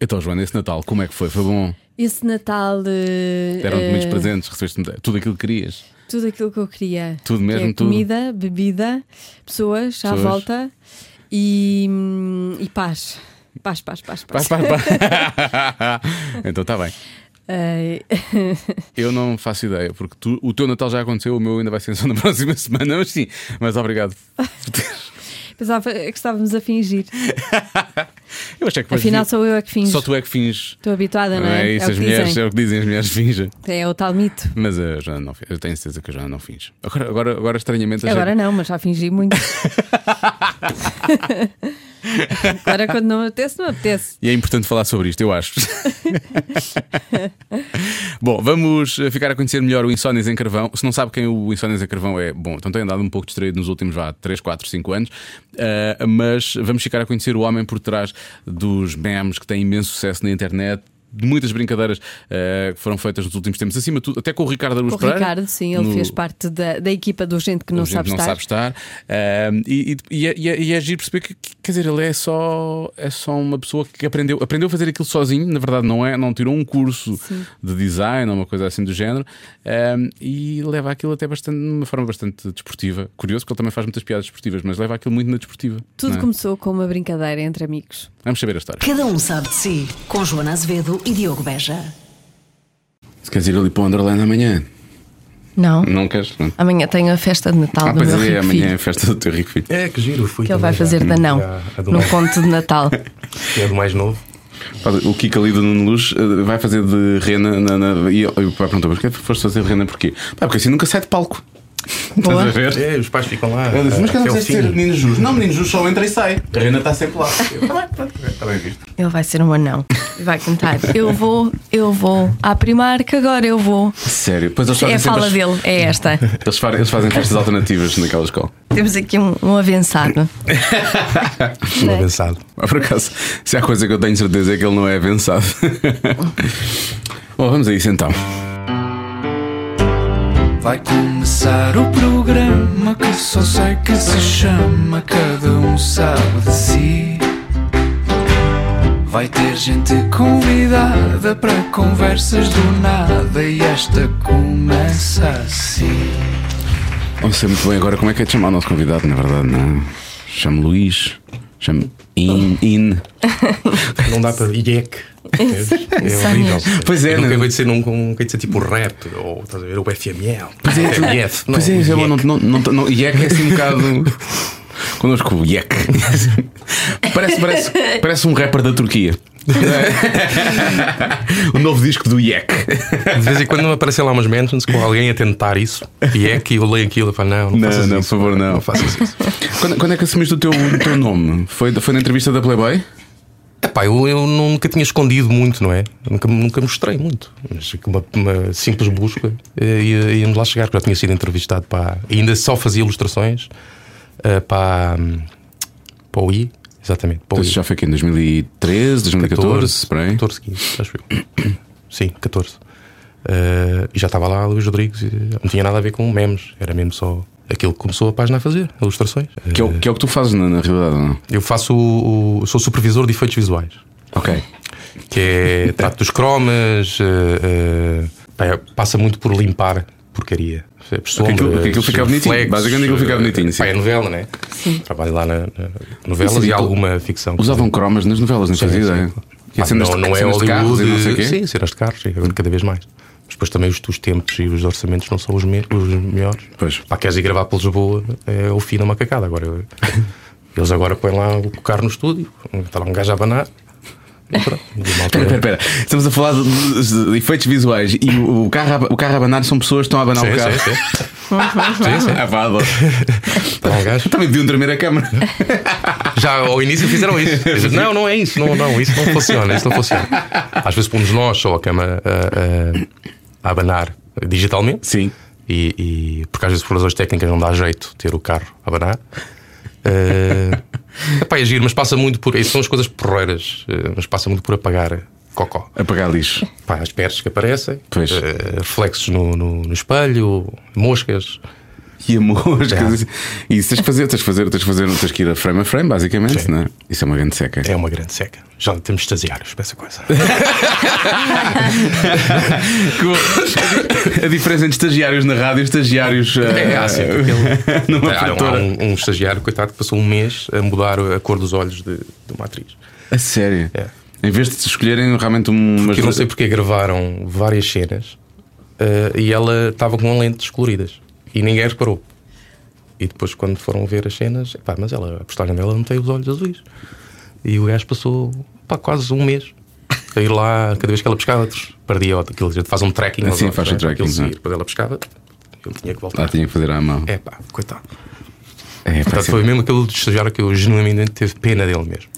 Então, Joana, esse Natal, como é que foi? Foi bom? Esse Natal. eh, Deram-te muitos eh, presentes, recebeste tudo aquilo que querias. Tudo aquilo que eu queria. Tudo Que mesmo, é tudo? Comida, bebida, pessoas, à Pessoas. volta e, hum, e paz. Paz, paz, paz, Pá, paz. pá, pá. então está bem. Eh, Eu não faço ideia, porque tu- o teu Natal já aconteceu, o meu ainda vai ser só na próxima semana, mas sim, mas obrigado. pensava que estávamos a fingir. Eu achei que Afinal, sou eu a que finjo. só tu é que finges. Estou habituada, não é? isso, o as que mulheres, dizem. é o que dizem, as mulheres fingem. É o tal mito. Mas a Joana não finge. Eu tenho certeza que a Joana não finge. Agora, agora, agora estranhamente, achei Agora não, mas já fingi muito. Agora, quando não apetece, não apetece. E é importante falar sobre isto, eu acho. bom, vamos eh, ficar a conhecer melhor o Insónias em Carvão. Se não sabe quem o Insónias em Carvão é, bom, então tem andado um pouco distraído nos últimos vá, 3, 4, 5 anos, ah, mas vamos ficar a conhecer o homem por trás dos memes que tem imenso sucesso na internet. De muitas brincadeiras ah, que foram feitas nos últimos tempos, acima de tudo, até com o Ricardo Aruz O Ricardo, sim, ele fez parte da, da equipa do Gente que não, a gente sabe, não estar. sabe estar. Ahm, e, e, e, é- e é- e é giro perceber que, que- quer dizer, ele é só, é só uma pessoa que aprendeu, aprendeu a fazer aquilo sozinho, na verdade não é, não tirou um curso de design ou uma coisa assim do género, ahm, e leva aquilo até bastante, de uma forma bastante desportiva. Curioso, porque ele também faz muitas piadas desportivas, mas leva aquilo muito na desportiva. Tudo não é? começou com uma brincadeira entre amigos. Vamos saber a história. Cada um sabe de si, com Joana Azevedo e Diogo Beja. Se queres ir ali para o Underland amanhã? Não. Não queres? Não. Amanhã tenho a festa de Natal Ah, do pois meu é, rico amanhã é filho, a festa do teu rico filho. É, que giro, fui. que ele também vai já. fazer danão Já no adorei. conto de Natal. É do mais novo. Olha, O Kiko ali do Nuno Luz eh, vai fazer de rena na, na- e eu- e o pai perguntou: mas que foste fazer de rena porquê? Pá, porque assim nunca sai de palco. Estás Boa. a ver? É, os pais ficam lá. Ele disse, mas que até não ao quiseste fim." ser menino Jus? Não, menino Jus só entra e sai. A rena está sempre lá. Tá É, tá Está bem visto. Ele vai ser um anão e vai cantar: Eu vou, eu vou à Primark, agora eu vou. Sério, depois eles É fazem, a sempre fala as- dele, é esta. eles fa- eles fazem festas alternativas naquela escola. Temos aqui um, um avançado. Um é? avançado. Mas, por acaso, se há coisa que eu tenho certeza é que ele não é avançado. Bom, vamos a isso então. Vai começar o programa que só sei que se chama Cada um sabe de si. Vai ter gente convidada para conversas do nada e esta começa assim. Não sei muito bem agora como é que é de chamar o nosso convidado, na verdade, não é? Chamo Luís, chamo In. in. Não dá para. Iek. É, é horrível. Pois é, Eu nunca não- hei de ser um com. hei de ser tipo rap, ou estás a ver, o FML. Pois é, tu- FMF. Pois é, o eu Iek. não, não, não, não, Yek é assim um bocado. Connosco, o Yek. Parece, parece, parece um rapper da Turquia. o novo disco do Yek. De vez em quando aparecem lá umas mentions com alguém a tentar isso. Iek, e eu leio aquilo e falo, não, não, faças isso. favor, Não faças isso. Quando, quando é que assumiste o teu, o teu nome? Foi, foi na entrevista da Playboy? Epá, eu, eu nunca tinha escondido muito, não é? Nunca, nunca mostrei muito. Mas que uma, uma simples busca eh, ia- íamos lá chegar, porque eu tinha sido entrevistado para. e Ainda só fazia ilustrações eh, para, hum, para o I, exatamente. Para o Isso I. já foi aqui em 2013, 2014, por aí. 14, 15, acho eu. Sim, 14. Eh, e já estava lá Luís Rodrigues, e não tinha nada a ver com memes, era mesmo só aquilo que começou a página a fazer, ilustrações. Eh, Que é, o, que é o que tu fazes na, na realidade, ou não? é? Eu faço. o- o- sou supervisor de efeitos visuais. Ok. que é trato dos cromas, eh, eh, pá, passa muito por limpar porcaria. Percebes? Porque aquilo- Sombras, porque aquilo fica bonitinho. reflexos, Basicamente aquilo fica eh, bonitinho, sim. pá, é novela, né? Sim. Trabalho lá na, na novelas Sim, sim, e há tu- alguma ficção. Usavam cromas nas novelas, não fazia ideia. E Pá, cenas não, de- não é cenas de carros Hollywood. e Ah, não sei o quê. Sim, cenas de carros, sim, agora cada vez mais. Mas depois também os, os tempos e os orçamentos não são os, me- os melhores. Pois. Pá, queres ir gravar para Lisboa, é o fim da macacada. Agora, eu- eles agora põem lá o carro no estúdio, está lá um gajo a abanar. e pronto. E a malta- Espera, espera, espera. Estamos a falar de, de- de efeitos visuais e o, o carro, a- o carro a abanar são pessoas que estão a abanar o Sim, carro. sim, sim. Ah, vá, adoro. Tá bom, gajo? Também deviam tremer a câmera. Já ao início fizeram isso. Dizem, não, não é isso, não, não, isso não funciona, isso não funciona. Às vezes pomos nós só a cama a, a- a abanar digitalmente. Sim. E, e- porque às vezes por razões técnicas não dá jeito ter o carro a abanar. Eh, epá, é giro, mas passa muito por. Isso são as coisas porreiras, eh, mas passa muito por apagar cocó. Apagar lixo. Pá, as pernas que aparecem, Pois. eh, reflexos no, no- no espelho, moscas. e amor. Já. coisas assim. E isso tens de fazer, tens de fazer, tens de fazer, tens que ir a frame a frame, basicamente, Sim. não é? Isso é uma grande seca. É uma grande seca. Já temos estagiários para essa coisa. Que- a diferença entre estagiários na rádio e estagiários eh, É, há sempre aquele- numa Há- há produtora. um, um estagiário, coitado, que passou um mês a mudar a cor dos olhos de, de uma atriz. A sério. É. Em vez de escolherem realmente um. Que eu não sei porque gravaram várias cenas eh, e ela estava com lentes descoloridas e ninguém reparou. E depois, quando foram ver as cenas, pá, mas ela, a postagem dela não tem os olhos azuis. E o gajo passou pá, quase um mês a ir lá, cada vez que ela pescava, tch, perdia o- aquilo. A gente faz um tracking. aos É, Sim, olhos, faz o né? tracking, Aquilo seguir. sim. Depois ela pescava, ele tinha que voltar. Ah, tinha que fazer à mão. É pá, coitado. É, pá, Portanto, sim. foi mesmo aquele estagiário que eu genuinamente teve pena dele mesmo.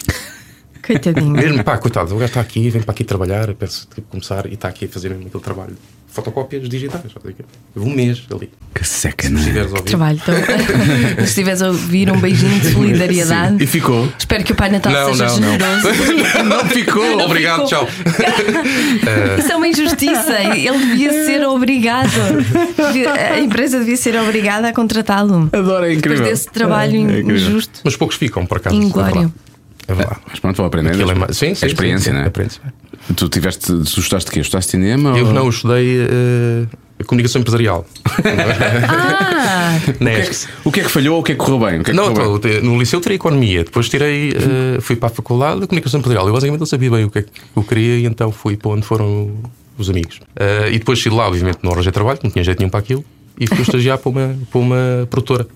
Coitadinho. Mesmo, pá, coitado, o gajo está aqui, vem para aqui trabalhar, penso que começar e está aqui a fazer mesmo aquele trabalho. Fotocópias digitais, sabe o que é? Teve um mês ali. Que seca, Se não é? tiveres ouvido. Trabalho. Então, se estiveres a ouvir, um beijinho de solidariedade. E ficou. Espero que o Pai Natal Não, seja não, não. generoso. Não ficou! Obrigado, ficou. tchau. Isso é uma injustiça. Ele devia ser obrigado. Devia- A empresa devia ser obrigada a contratá-lo. Adoro, é Depois incrível. desse trabalho É incrível. injusto. Mas poucos ficam, por acaso. Inglório. É verdade. Mas pronto, vou É aprender. verdade. Aquilo é ma- sim, sim, é experiência, sim, sim, não é? aprende-se. Tu tiveste. Tu estudaste o quê? Estudaste cinema? Eu ou- não, eu estudei eh, comunicação empresarial. Ah, O Na que, é ESC. que, o que é que falhou ou o que é que correu bem? O que é que Não, correu bem? então, eu te- no liceu tirei economia, depois tirei, eh, fui para a faculdade de comunicação empresarial. Eu basicamente não sabia bem o que é que eu queria e então fui para onde foram os amigos. Eh, e depois fui lá, obviamente, não arranjei trabalho, não tinha jeito nenhum para aquilo, e fui estagiar para uma, para uma produtora,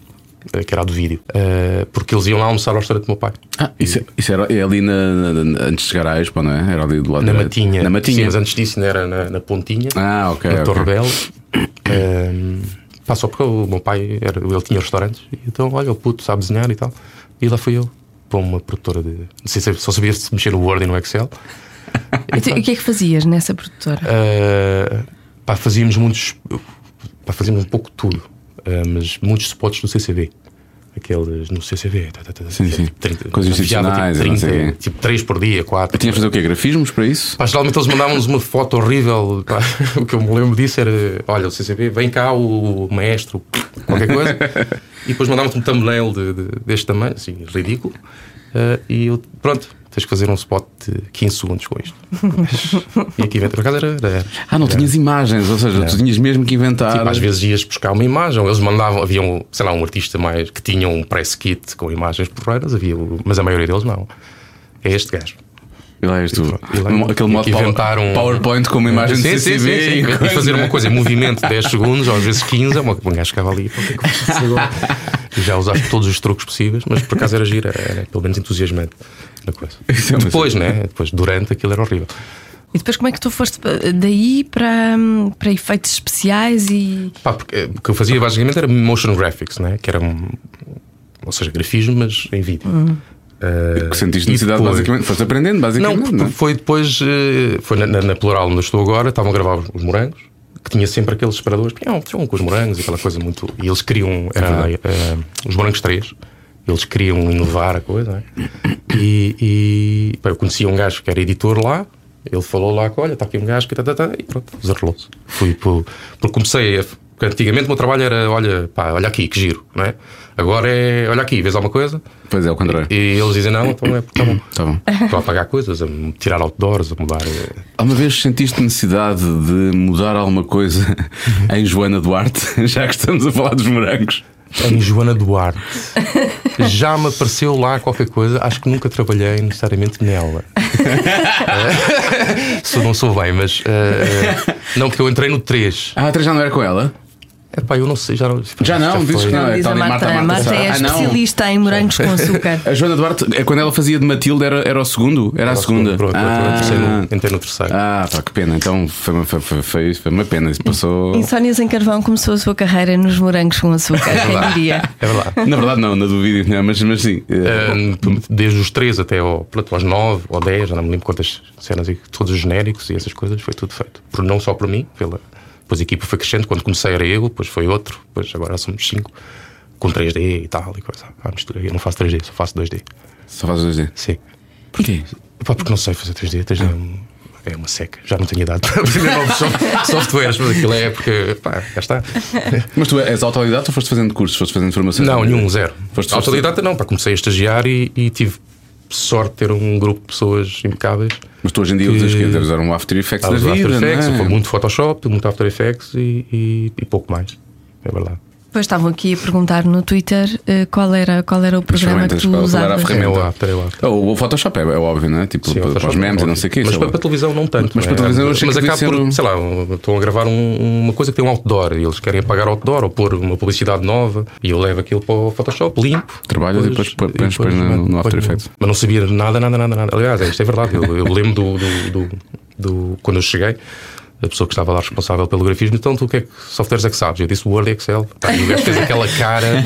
eh, que era a do vídeo, Eh, porque eles iam lá almoçar ao restaurante do meu pai. Ah, isso, é- isso era é ali na, na- na- antes de chegar à Expo, não é? Era ali do lado Na direito. Matinha. Na Sim, Matinha. mas antes disso ainda era na, na Pontinha, Ah, ok. na ok. Torre Bela. Ehm, pá, só porque o meu pai era, ele tinha restaurantes, e então olha, o puto sabe desenhar e tal. E lá fui eu para uma produtora de. Não sei se é, só sabia se mexer no Word e no Excel. então, e o que é que fazias nessa produtora? Ah, pá, fazíamos muitos. Pá, fazíamos um pouco de tudo, ah, mas muitos spots no CCV. Aqueles no CCV, tá, tá, tá, Sim, sim. Tipo 30, Coisas enviava, institucionais, tipo, não sei 30, quê. tipo 3 por dia, 4. Tinhas de fazer o quê? Grafismos para isso? Pá, geralmente eles mandavam-nos uma foto horrível. pá. O que eu me lembro disso era: olha, o CCB, vem cá o maestro, qualquer coisa. e depois mandavam-te um thumbnail de- de- deste tamanho, assim, ridículo. Ah, e eu, pronto, tens que fazer um spot de 15 segundos com isto. e aqui dentro da casa era. era- Ah, não tinhas imagens, ou seja, tu tinhas mesmo que inventar. Tipo, às vezes ias buscar uma imagem, ou eles mandavam, havia, um, sei lá, um artista mais que tinha um press kit com imagens porreiras, havia, o- mas a maioria deles não. É este gajo. E lá és tu. E lá- Tipo, Aquele modo e que inventaram power- um- PowerPoint com uma imagem sim, de sim, CCV sim, sim. e coisa. fazer um- uma coisa em movimento de 10 segundos, ou às vezes 15, é uma um gajo ficava ali. "Pá, o que é que eu faço agora?" E Já usaste todos os truques possíveis, mas por acaso era gira, era pelo menos entusiasmante na coisa. Isso é uma Depois, né? Depois, durante aquilo era horrível. E depois como é que tu foste eh, daí para, hum, para efeitos especiais e. Pá, porque, eh, o que eu fazia basicamente era motion graphics, né? que era um, ou seja, grafismo, mas em vídeo. Ah, Que sentiste e necessidade, depois- basicamente. Foste aprendendo, Não, basicamente. porque Não, é? foi depois, eh, foi na, na- na plural onde eu estou agora, estavam a gravar os- os morangos, que tinha sempre aqueles separadores, pinhão, tinham com os morangos, aquela coisa muito. E eles queriam, É era, eh, os morangos três eles queriam inovar a coisa, não é? E, e, pá, eu conhecia um gajo que era editor lá, ele falou lá que olha, está aqui um gajo que tá, tá, tá, e pronto, desarrolou-se. Fui por, porque comecei a. Porque antigamente o meu trabalho era, olha, pá, olha aqui, que giro, não é? Agora é, olha aqui, vês alguma coisa? Pois é, o contrário. E eles dizem, não, então é porque tá bom. Tá bom. Estou a apagar coisas, a tirar outdoors, a mudar. eh, Alguma vez sentiste necessidade de mudar alguma coisa em Joana Duarte, já que estamos a falar dos morangos? Em Joana Duarte. Já me apareceu lá qualquer coisa, acho que nunca trabalhei necessariamente nela. Eh, Se eu não sou bem, mas. eh, não, porque eu entrei no 3. Ah, a três já não era com ela? Epá, eu não sei, já não. Já não, foi- dizes que não. Ah, diz tal a de Marta, Marta, a Marta Marta é Sá. Ah, não. especialista em morangos com açúcar. A Joana Duarte, é quando ela fazia de Matilde, era, era o segundo? Era a segunda? Pronto, eu entrei no- entrei no terceiro. Ah, pá, que pena. Então foi uma, foi, foi, foi- foi uma pena. Isso passou. Insónias em Carvão começou a sua carreira nos morangos com açúcar, quem diria? É verdade. Na verdade, não, na dúvida, não, mas, mas sim. eh, Ahn, desde os 3 até ao, pronto, aos 9 ou 10, já não me lembro quantas cenas, e todos os genéricos e essas coisas, foi tudo feito. Por, não só por mim, pela, depois a equipa foi crescendo. Quando comecei era eu, depois foi outro, depois agora somos 5, com 3D e tal, e coisa. Ah, mistura. Eu não faço 3D, só faço 2D. Só faz dois dias. Sim. Porquê? Pá, porque não sei fazer 3D, 3D é um- É uma seca. Já não tenho idade para aprender novos soft- softwares, mas aquilo é porque. Pá, já está. Mas tu és autodidata ou foste fazendo cursos? Foste fazendo formação? Não, nenhum, zero. Foste- foste- Autodidata não, pá, comecei a estagiar e, e tive sorte de ter um grupo de pessoas impecáveis. Mas tu hoje em dia Que- usas que... Deves usar um After Effects da Usava vida, Tá, After Effects, não é? muito Photoshop, muito After Effects e, e- e pouco mais. É verdade. Depois estavam aqui a perguntar no Twitter eh, qual, era, qual era o programa que ferramentas, tu qual- qual era a usavas. ferramenta? É o After, é o After. Ah, O o Photoshop é, é óbvio, não é? Tipo, Sim, para, para os Photoshop, memes e não óbvio. sei o quê. Mas sei para, lá. para televisão não tanto. Mas para não é? televisão eu achei Mas que acaba devia por, ser um- sei lá, um- estão a gravar um- uma coisa que tem um outdoor e eles querem apagar outdoor ou pôr uma publicidade nova e eu levo aquilo para o Photoshop, limpo. Trabalhas e depois põe- pões- pões no- mando- no After ponho- Effects. Mas não sabia nada, nada, nada, nada. Aliás, isto é verdade. Eu, eu lembro do, do, do- do- Quando eu cheguei. A pessoa que estava lá responsável pelo grafismo, então tu o que é que softwares é que sabes? Eu disse Word e Excel. Pá, e o gajo fez aquela cara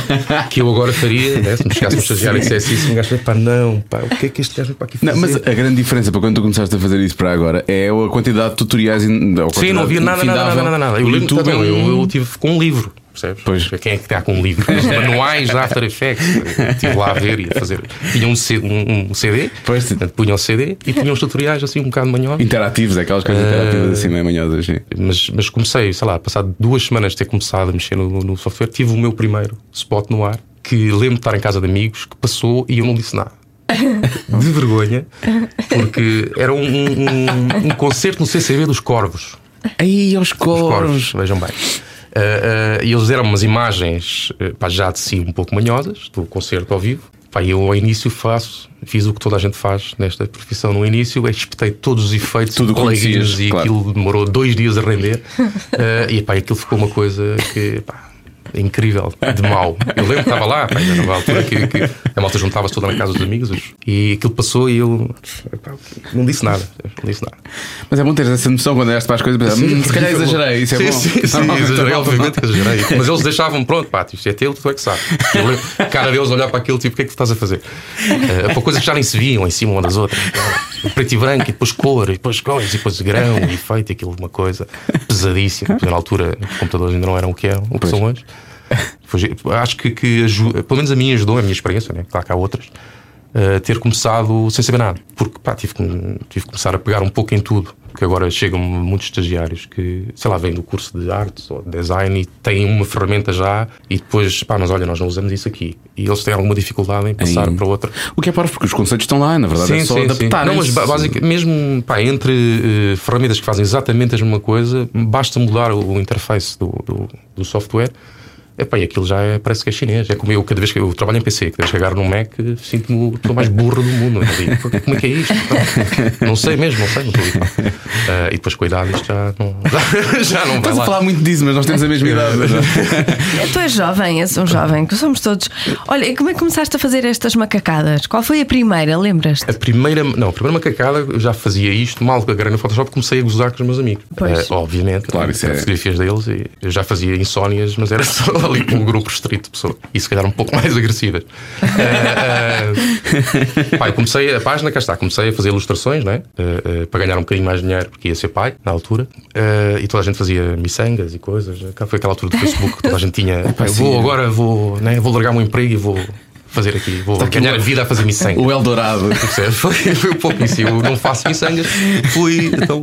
que eu agora faria, né? se me chegasse um estagiário e dissesse isso, um gajo fez, pá, não, pá, o que é que este gajo vai para aqui fazer? Não, mas a grande diferença para quando tu começaste a fazer isso para agora é a quantidade de tutoriais. in- ou Sim, quantidade não havia nada, nada, infindável. nada, nada, nada. Eu O lembro YouTube também, é um- eu, eu tive com um livro, percebes? Pois. Quem é que está com um livro? Os manuais da After Effects. Eu Estive lá a ver e a fazer. Tinha um, C- um- um CD, Pois. portanto, punha o CD e tinha uns tutoriais assim um bocado manhosos. Interativos, é aquelas Ah. coisas interativas assim meio manhosas. sim. Mas, mas comecei, sei lá, passado duas semanas de ter começado a mexer no, no software, tive o meu primeiro spot no ar, que lembro de estar em casa de amigos, que passou e eu não disse nada. De vergonha, porque era um, um- um- um concerto no CCB dos Corvos. Aí aos Os coros. corvos, vejam bem. Ah, ah, e eles deram umas imagens eh, pá, já de si um pouco manhosas do concerto ao vivo. Pá, eu ao início faço, fiz o que toda a gente faz nesta profissão no início, é espetei todos os efeitos Tudo e plugins conhecias, e claro. aquilo demorou dois dias a render. Ah, e pá, aquilo ficou uma coisa que pá, é incrível, de mau. Eu lembro que estava lá, pá, ainda numa altura que, que a malta juntava-se toda na casa dos amigos e aquilo passou e eu pá, não disse nada, não disse nada. Mas é bom ter essa noção quando olhaste para as coisas e pensar, "Hum, se calhar exagerei, isso é sim, bom. Sim, sim, Não, exagerei, não, obviamente que exagerei. Mas eles deixavam-me pronto, pá, isto é teu, tu é que sabes. Eu lembro, a cara deles olhar para aquilo, tipo, o que é que tu estás a fazer? Eh, para coisas que já nem se viam em cima uma das outras. Então, preto e branco, e depois cor, e depois coisas, e depois grão, e efeito, e aquilo, uma coisa pesadíssima. porque Na altura, os computadores ainda não eram o que eram, o que são hoje. Foi giro. acho que, que aju- pelo menos a mim ajudou, a minha experiência, né? claro que há outras, a ter começado sem saber nada. Porque pá, tive, que, tive que começar a pegar um pouco em tudo. Porque agora chegam muitos estagiários que, sei lá, vêm do curso de artes ou de design e têm uma ferramenta já e depois, pá, mas olha, nós não usamos isso aqui. E eles têm alguma dificuldade em passar Em- para outra. O que é parvo, porque os conceitos estão lá, na verdade, é só adaptar. Não, mas ba- basic- mesmo pá, entre eh, ferramentas que fazem exatamente a mesma coisa, basta mudar o, o interface do, do, do software. Epá, e aquilo já é- parece que é chinês. É como eu, cada vez que eu trabalho em PC, cada vez que agarro num Mac, eh, sinto-me a pessoa mais burra do mundo. Eu digo, "Pô, Como é que é isto? Pá, Não sei mesmo, não sei. Não estou ali, pá. Ah, e depois, cuidado, isto já não, já não vai Estás a lá. falar muito disso, mas nós temos a mesma idade. Tu és jovem, és um jovem, que somos todos. Olha, e como é que começaste a fazer estas macacadas? Qual foi a primeira? Lembras-te? A primeira, não, a primeira macacada eu já fazia isto, mal que agarrei no Photoshop, comecei a gozar com os meus amigos. Pois. Eh, obviamente, Claro, isso era é. fotografias deles e eu já fazia insónias, mas era só ali com um grupo restrito de pessoas. E se calhar um pouco mais agressivas. Eh, eh, pá, eu comecei a página, cá está, comecei a fazer ilustrações, né? Eh, eh, para ganhar um bocadinho mais dinheiro, porque ia ser pai na altura. Eh, e toda a gente fazia miçangas e coisas. Cá Foi aquela altura do Facebook que toda a gente tinha. "Pá, eu vou agora, vou, né? vou largar o meu emprego e vou. Fazer aqui, vou aqui ganhar o- a vida a fazer miçangas. O Eldorado. Percebes? Foi, foi um pouco isso. Eu não faço miçangas. Fui, então.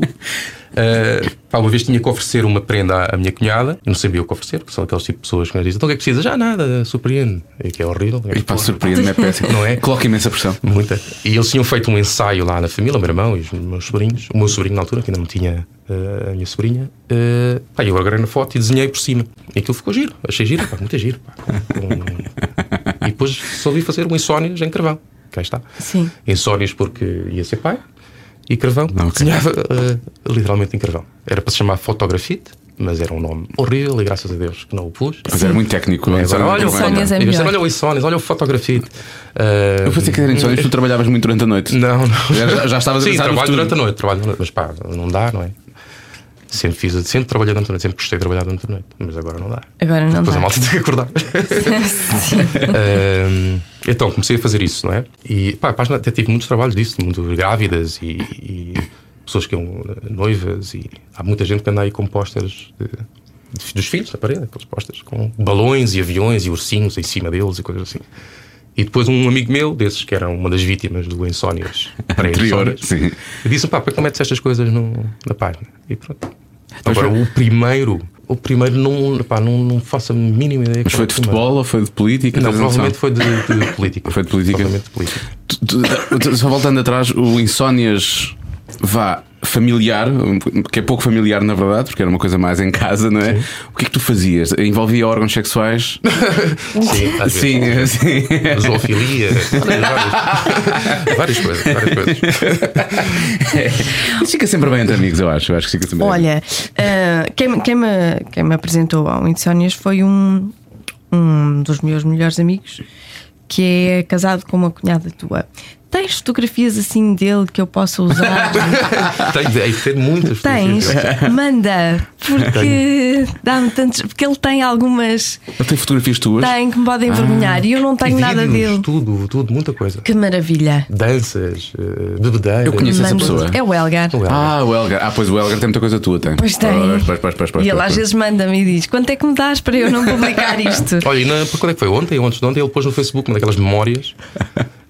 eh, pá, uma vez tinha que oferecer uma prenda à, à minha cunhada, eu não sabia o que oferecer, porque são aqueles tipo de pessoas que me dizem: então o que é que precisa? Já nada, surpreende. E que é horrível. E pá, surpreende-me, é péssimo. Não é? Coloca imensa pressão. Muita. E eles tinham feito um ensaio lá na família, o meu irmão e os meus sobrinhos. O meu sobrinho na altura, que ainda não tinha eh, a minha sobrinha. eh, pá, eu agarrei na foto e desenhei por cima. E aquilo ficou giro. Achei giro, pá, muito giro. Pá. Um- e depois resolvi fazer um insónias em carvão. Cá está. Sim. Insónias porque ia ser pai. E carvão. ok. Desenhava eh, literalmente em carvão. Era para se chamar fotografite, mas era um nome horrível e graças a Deus que não o pus. Mas era muito técnico. É, não agora, era olha, o muito bem, Insónias não. é Em vez de melhor. dizer, olha o Insónias, olha o fotografite. Eu pensei que era insónias, tu trabalhavas muito durante a noite. Não, não. Já- já- já estavas a Sim, pensar no trabalho futuro. durante a noite, trabalho durante- mas pá, não dá, não é? Sempre fiz, sempre trabalhei durante a noite, sempre gostei de trabalhar durante a noite, mas agora não dá. Agora não Depois dá. a malta tem que acordar. Ahm, então, comecei a fazer isso, não é? E pá, a página até tive muitos trabalhos disso, muito grávidas e, e pessoas que iam eh, noivas e há muita gente que anda aí com pósteres de- de- dos filhos na parede, aqueles pósteres com balões e aviões e ursinhos em cima deles e coisas assim. E depois um amigo meu, desses que era uma das vítimas do Insónias Anterior, pré-Insónias, sim. disse-me: pá, para que metes estas coisas no- na página? E pronto. Agora, o primeiro, o primeiro não, pá, não, não faço a mínima ideia. Mas qual foi é o de primeiro. futebol ou foi de política? Não, Tens noção? provavelmente foi de, de política. Foi de política? Provavelmente de política. Tu- tu- tu- Só voltando atrás, o Insónias vá familiar, que é pouco familiar na verdade, porque era uma coisa mais em casa, não é? O que é que tu fazias? Envolvia órgãos sexuais? Sim, às vezes. Sim, sim. Zoofilia, várias, várias coisas, várias coisas. Isso fica sempre bem entre amigos, eu acho. Eu acho que fica sempre bem. Olha, ah, quem, me- quem, me, quem me apresentou ao Insónias foi um, um dos meus melhores amigos que é casado com uma cunhada tua. Tens fotografias assim dele que eu possa usar? Tem, tem de ter muitas Tens, fotografias. manda, porque dá-me tantos. Porque ele tem algumas. Ele tem fotografias tuas? Tem que me podem envergonhar e eu não tenho E nada vídeos, dele. Tudo, tudo, muita coisa. Que maravilha. Danças, eh, bebedeiras. Eu conheço essa Manda- pessoa. É o Elgar. Não é? Ah, o Elgar. Ah, pois o Elgar tem muita coisa tua, tem. Pois tem. Pois, pois, pois, pois, pois, e ele pois, às vezes manda-me e diz: quanto é que me dás para eu não publicar isto? Olha, e na, quando é que foi? Ontem, ou antes de ontem, ele pôs no Facebook uma daquelas memórias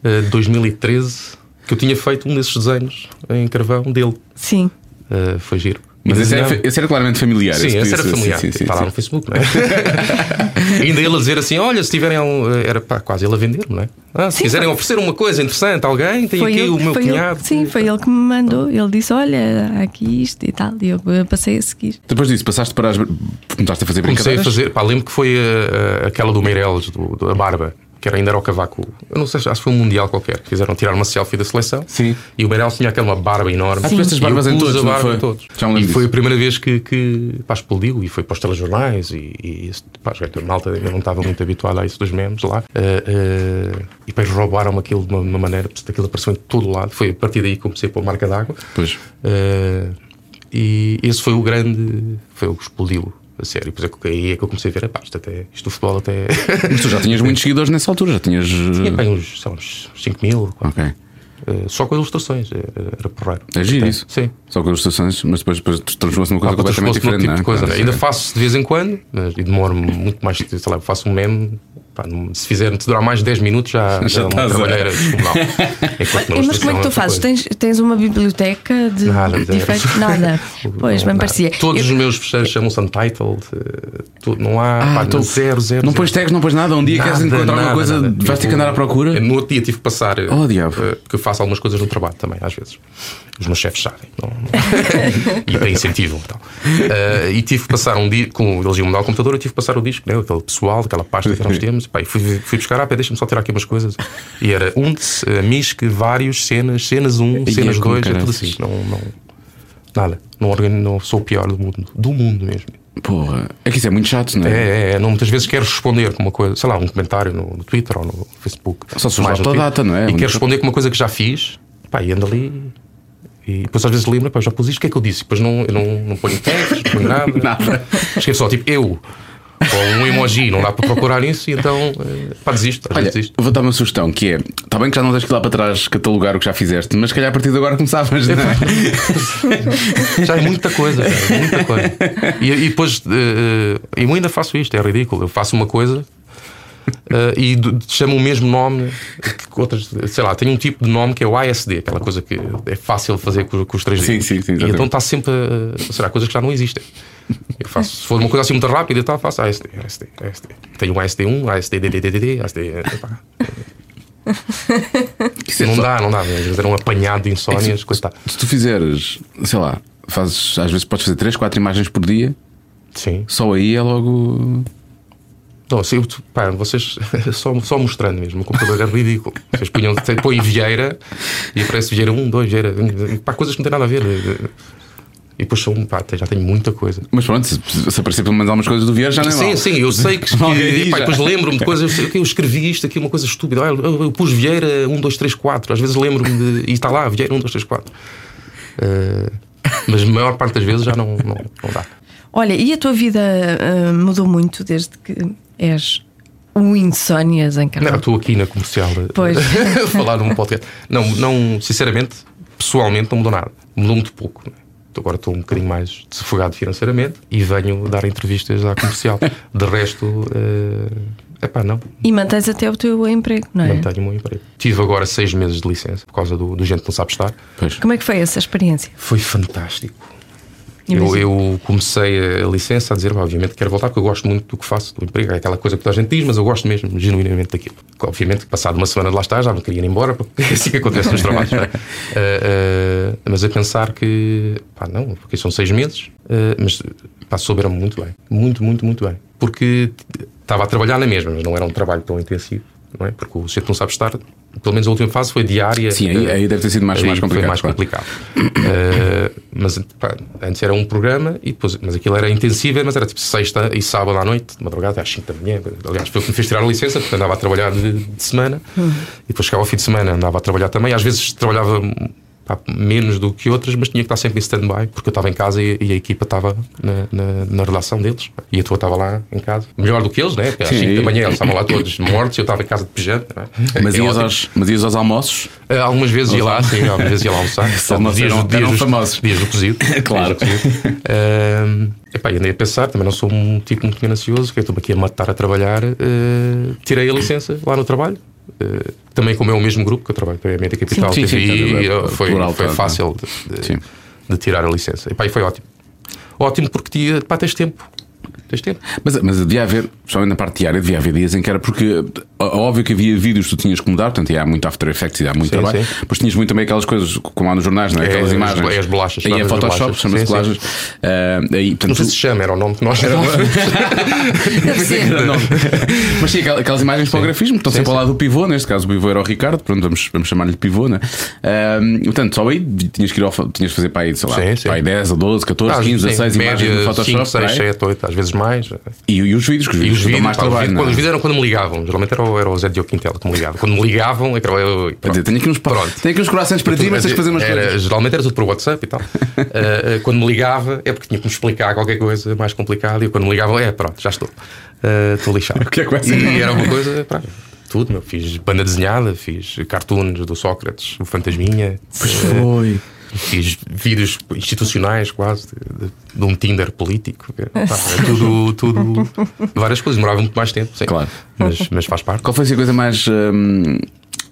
eh, de 2013 que eu tinha feito um desses desenhos em carvão dele. Sim. Eh, foi giro. Mas E esse era, desenhava- esse era claramente familiar. Sim, esse era isso- familiar. Sim, tipo, sim, sim, está lá sim. no Facebook, não é? Ainda ele a dizer assim: olha, se tiverem. um- Era pá, quase ele a vender-me, não é? Ah, se quiserem oferecer uma coisa interessante a alguém, tem aqui o meu foi cunhado. ele, sim, foi ele que me mandou. Ele disse: Olha, há aqui isto e tal. E eu passei a seguir. Depois disso, passaste para as. Começaste a fazer Comecei a brincadeiras. fazer. Pá, lembro que foi eh, eh, aquela do Meireles, do, da Barba, que era, ainda era o cavaco. Eu não sei, acho que foi um mundial qualquer. que Fizeram tirar uma selfie da seleção. Sim. E o Meireles tinha aquela barba enorme. Ah, tu fez as E barbas eu em pus todos, a não barba foi? em todos. Já me lembro E foi a disso. primeira vez que, que pá, explodiu e foi para os telejornais. E, e isso, pá, acho que a malta ainda não estava muito habituada a isso dos memes lá. Eh, eh, e depois roubaram aquilo de uma, de uma maneira, porque aquilo apareceu em todo lado. Foi a partir daí que comecei a pôr marca d'água. Pois. Eh, e esse foi o grande. Foi o que explodiu, a sério. Pois é que aí é que eu comecei a ver, epá, isto, até, isto do futebol até. Mas tu já tinhas muitos seguidores nessa altura, já tinhas. Tinha bem uns, são uns 5 mil, Ok. só com ilustrações, eh, era porreiro. É giro Até. isso. Sim. Só com ilustrações, mas depois, depois transformou-se numa coisa Ah, completamente transformou-se diferente, noutro tipo não é? de coisa, Ah, né? sim. Ainda faço de vez em quando, mas e demoro-me muito mais. Sei lá, faço um meme. pá, não- se fizer te durar mais 10 minutos, já, já, é uma estás a- trabalheira descomunal. Enquanto na Mas ilustração como é que é tu outra fazes? coisa. Tens, tens uma biblioteca de, Nada, de zero. efeitos? Nada. Pois, Não, bem nada. parecia. Todos Eu- os meus fecheiros chamam-se Untitled. eh, tudo- não há. Ah, pá, então, zero, zero. Não pões zero. tags, não pões nada. Um dia Nada, queres encontrar uma nada, coisa, nada. Tipo, é- vais ter que andar à procura. No outro dia tive que passar. eh, Oh, diabo. eh, Porque eu faço algumas coisas no trabalho também, às vezes. Os meus chefes sabem. não- e tem incentivo. Então. Eh, e tive que passar um dia. Com, eles iam mudar o computador, eu tive que passar o disco, né, aquele pessoal, aquela pasta que nós temos. Pá, e fui, fui buscar, ah, pá, deixa-me só tirar aqui umas coisas. E era um, uh, MISC, vários, cenas, cenas 1, Ia cenas com 2, é tudo caraças. assim. Não, não, nada. Não, organi- não sou o pior do mundo. Do mundo mesmo. Porra, é que isso é muito chato, não é? É, é, é, não, muitas vezes quero responder com uma coisa, sei lá, um comentário no, no Twitter ou no Facebook. Só se usar Mais no pela Twitter. data, não é? E Onde- quero responder com uma coisa que já fiz, pá, e ando ali. E depois às vezes lembro, pá, já pus isto, o que é que eu disse? Depois não, eu não, não ponho tags, não ponho nada. Nada. Escrevo só, tipo, eu. Ou um emoji, não dá para procurar isso, e então, eh, pá, desisto. Às Olha, vezes desisto. vou dar uma sugestão que é: está bem que já não tens que ir lá para trás catalogar o que já fizeste, mas se calhar a partir de agora começavas, não é? Já é muita coisa, cara, é muita coisa. E, e depois, eh, eh, eu ainda faço isto, é ridículo. Eu faço uma coisa eh, e do- chamo o mesmo nome que outras, sei lá, tenho um tipo de nome que é o ASD, aquela coisa que é fácil de fazer com, com os três Sim, dedos. sim, sim, E exatamente. então está sempre, a- será, coisas que já não existem. Eu faço, se for uma coisa assim muito rápida e tal, faço ASD, ASD, ASD. Tenho um ASD1, ASD, DDDD, ASD. epá. É Não dá, não dá. às vezes Era um apanhado de insónias, coisa e tal. Se tu fizeres, sei lá, fazes, às vezes podes fazer 3, 4 imagens por dia, Sim. só aí é logo. Não, se eu, pá, vocês só, só mostrando mesmo, o computador é ridículo. Vocês punham, te- põem Vieira e aparece Vieira 1, 2, Vieira. Pá, coisas que não têm nada a ver. E depois sou um, pá, já tenho muita coisa. Mas pronto, se, se aparecer pelo menos algumas coisas do Vieira, já não é Sim, mal. sim, eu sei que. Alguém que- diz pá, já. depois lembro-me de coisas. Eu, sei que eu escrevi isto aqui, uma coisa estúpida. Ah, eu, eu pus Vieira 1, 2, 3, 4. Às vezes lembro-me de. E está lá, Vieira 1, 2, 3, 4. Eh, mas a maior parte das vezes já não, não, não dá. Olha, e a tua vida ah, mudou muito desde que és o Insónias em Não, Carvalho? estou aqui na comercial a- Pois. a falar num podcast. Não, não, sinceramente, pessoalmente não mudou nada. Mudou muito pouco. né? Então Agora estou um bocadinho mais desafogado financeiramente e venho dar entrevistas à comercial. De resto, eh, Epá, não, E mantens até o teu emprego, não é? mantenho o meu emprego. Tive agora seis meses de licença por causa do, do gente que não sabe estar. Pois. Como é que foi essa experiência? Foi fantástico. Eu, Imagino. eu comecei a licença a dizer, "Pá, obviamente quero voltar porque eu gosto muito do que faço, do emprego, é aquela coisa que toda a gente diz, mas eu gosto mesmo, genuinamente daquilo. Obviamente que passado uma semana de lá estar já me queria ir embora, porque é assim que acontece nos trabalhos. não é? Ah, ah, mas a pensar que, pá, não, porque são seis meses, ah, mas pá, souberam-me muito bem, muito, muito, muito bem. Porque t- estava a trabalhar na mesma, mas não era um trabalho tão intensivo, não é? Porque o jeito não sabe estar, pelo menos a última fase foi diária. Sim, aí- ah, aí deve ter sido mais- aí mais foi complicado, mais claro. complicado. Eh, mas pá, antes era um programa e depois, mas aquilo era intensivo, mas era tipo sexta e sábado à noite, de madrugada às 5 da manhã. Aliás, foi o que me fez tirar a licença, porque andava a trabalhar de, de semana e depois chegava ao fim de semana, andava a trabalhar também. Às vezes trabalhava pá, menos do que outras, mas tinha que estar sempre em stand-by, porque eu estava em casa e, e a equipa estava na, na, na relação deles e a tua estava lá em casa. Melhor do que eles, né? Porque Às Sim. 5 da manhã eles estavam lá todos mortos e eu estava em casa de pijama. não é? Mas, É ias ótimo. aos, mas ias aos almoços? Ah, Algumas vezes ia lá, sim, algumas vezes ia lá almoçar. Só almoçar, Dias do- eram- dias eram do- famosos. Dias do cozido. Claro. Dias do cozido. Ah, epá, e andei a pensar, também não sou um tipo muito ganancioso, que eu estou-me aqui a matar a trabalhar. ah, tirei a licença lá no trabalho. ah, também como é o mesmo grupo que eu trabalho para a América Capital Sim, sim, TVI, sim, ah, foi, plural, foi claro, fácil de, de- Sim. de tirar a licença. Epá, e foi ótimo. Ótimo porque tinha, pá, tens tempo. Tens tempo. Mas, mas devia haver, principalmente na parte diária, devia haver dias em que era porque ó- óbvio que havia vídeos que tu tinhas que mudar, portanto, e há muito After Effects e há muito Sim, trabalho, sim. mas tinhas muito também aquelas coisas como há nos jornais, não é? É, Aquelas as- imagens. é as bolachas, Aí é chamam-se Photoshop, bolachas. chama-se Sim, bolachas. Ah, aí, portanto, Não sei se tu- chama, era o nome que nós chamávamos. Mas sim, aquel- aquelas imagens para o grafismo que estão Sim, sempre ao sim. lado do pivô, neste caso o pivô era o Ricardo, pronto, vamos, vamos chamar-lhe pivô, né? Ahm, portanto, só aí tinhas que ir ao, fo- tinhas que fazer para aí, sei lá, Sim, sim. para aí 10 ou 12, 14, Às- 15, sim, 16 imagens média, no Photoshop. é? 5, 6, para aí. 7, 8, às vezes mais. e, e os vídeos, que os E vídeos os dão vídeos, mais pá, os trabalho. vídeos- não é? quando os vídeos eram quando me ligavam, geralmente era, o- era o Zé Diogo Quintela que me ligava. Quando me ligavam, é que era eu. eu- Quer dizer, pronto. tenho aqui uns, pa- Pronto. tenho aqui uns corações para ti, mas tens de fazer umas Era- coisas. Geralmente era tudo por WhatsApp e tal. Eh, eh, quando me ligava, é porque tinha que me explicar qualquer coisa mais complicada. E quando me ligavam, é pronto, já estou. Eh, Estou lixado. que é que vai ser? e era uma coisa, pá, tudo, meu. Fiz banda desenhada, fiz cartoons do Sócrates, o Fantasminha. eh, Foi. Fiz vídeos institucionais quase de, de- de um Tinder político. Pá, é tudo, tudo várias coisas. Demorava muito mais tempo, sim. Claro. Mas, mas faz parte. Qual foi assim, a coisa mais hum,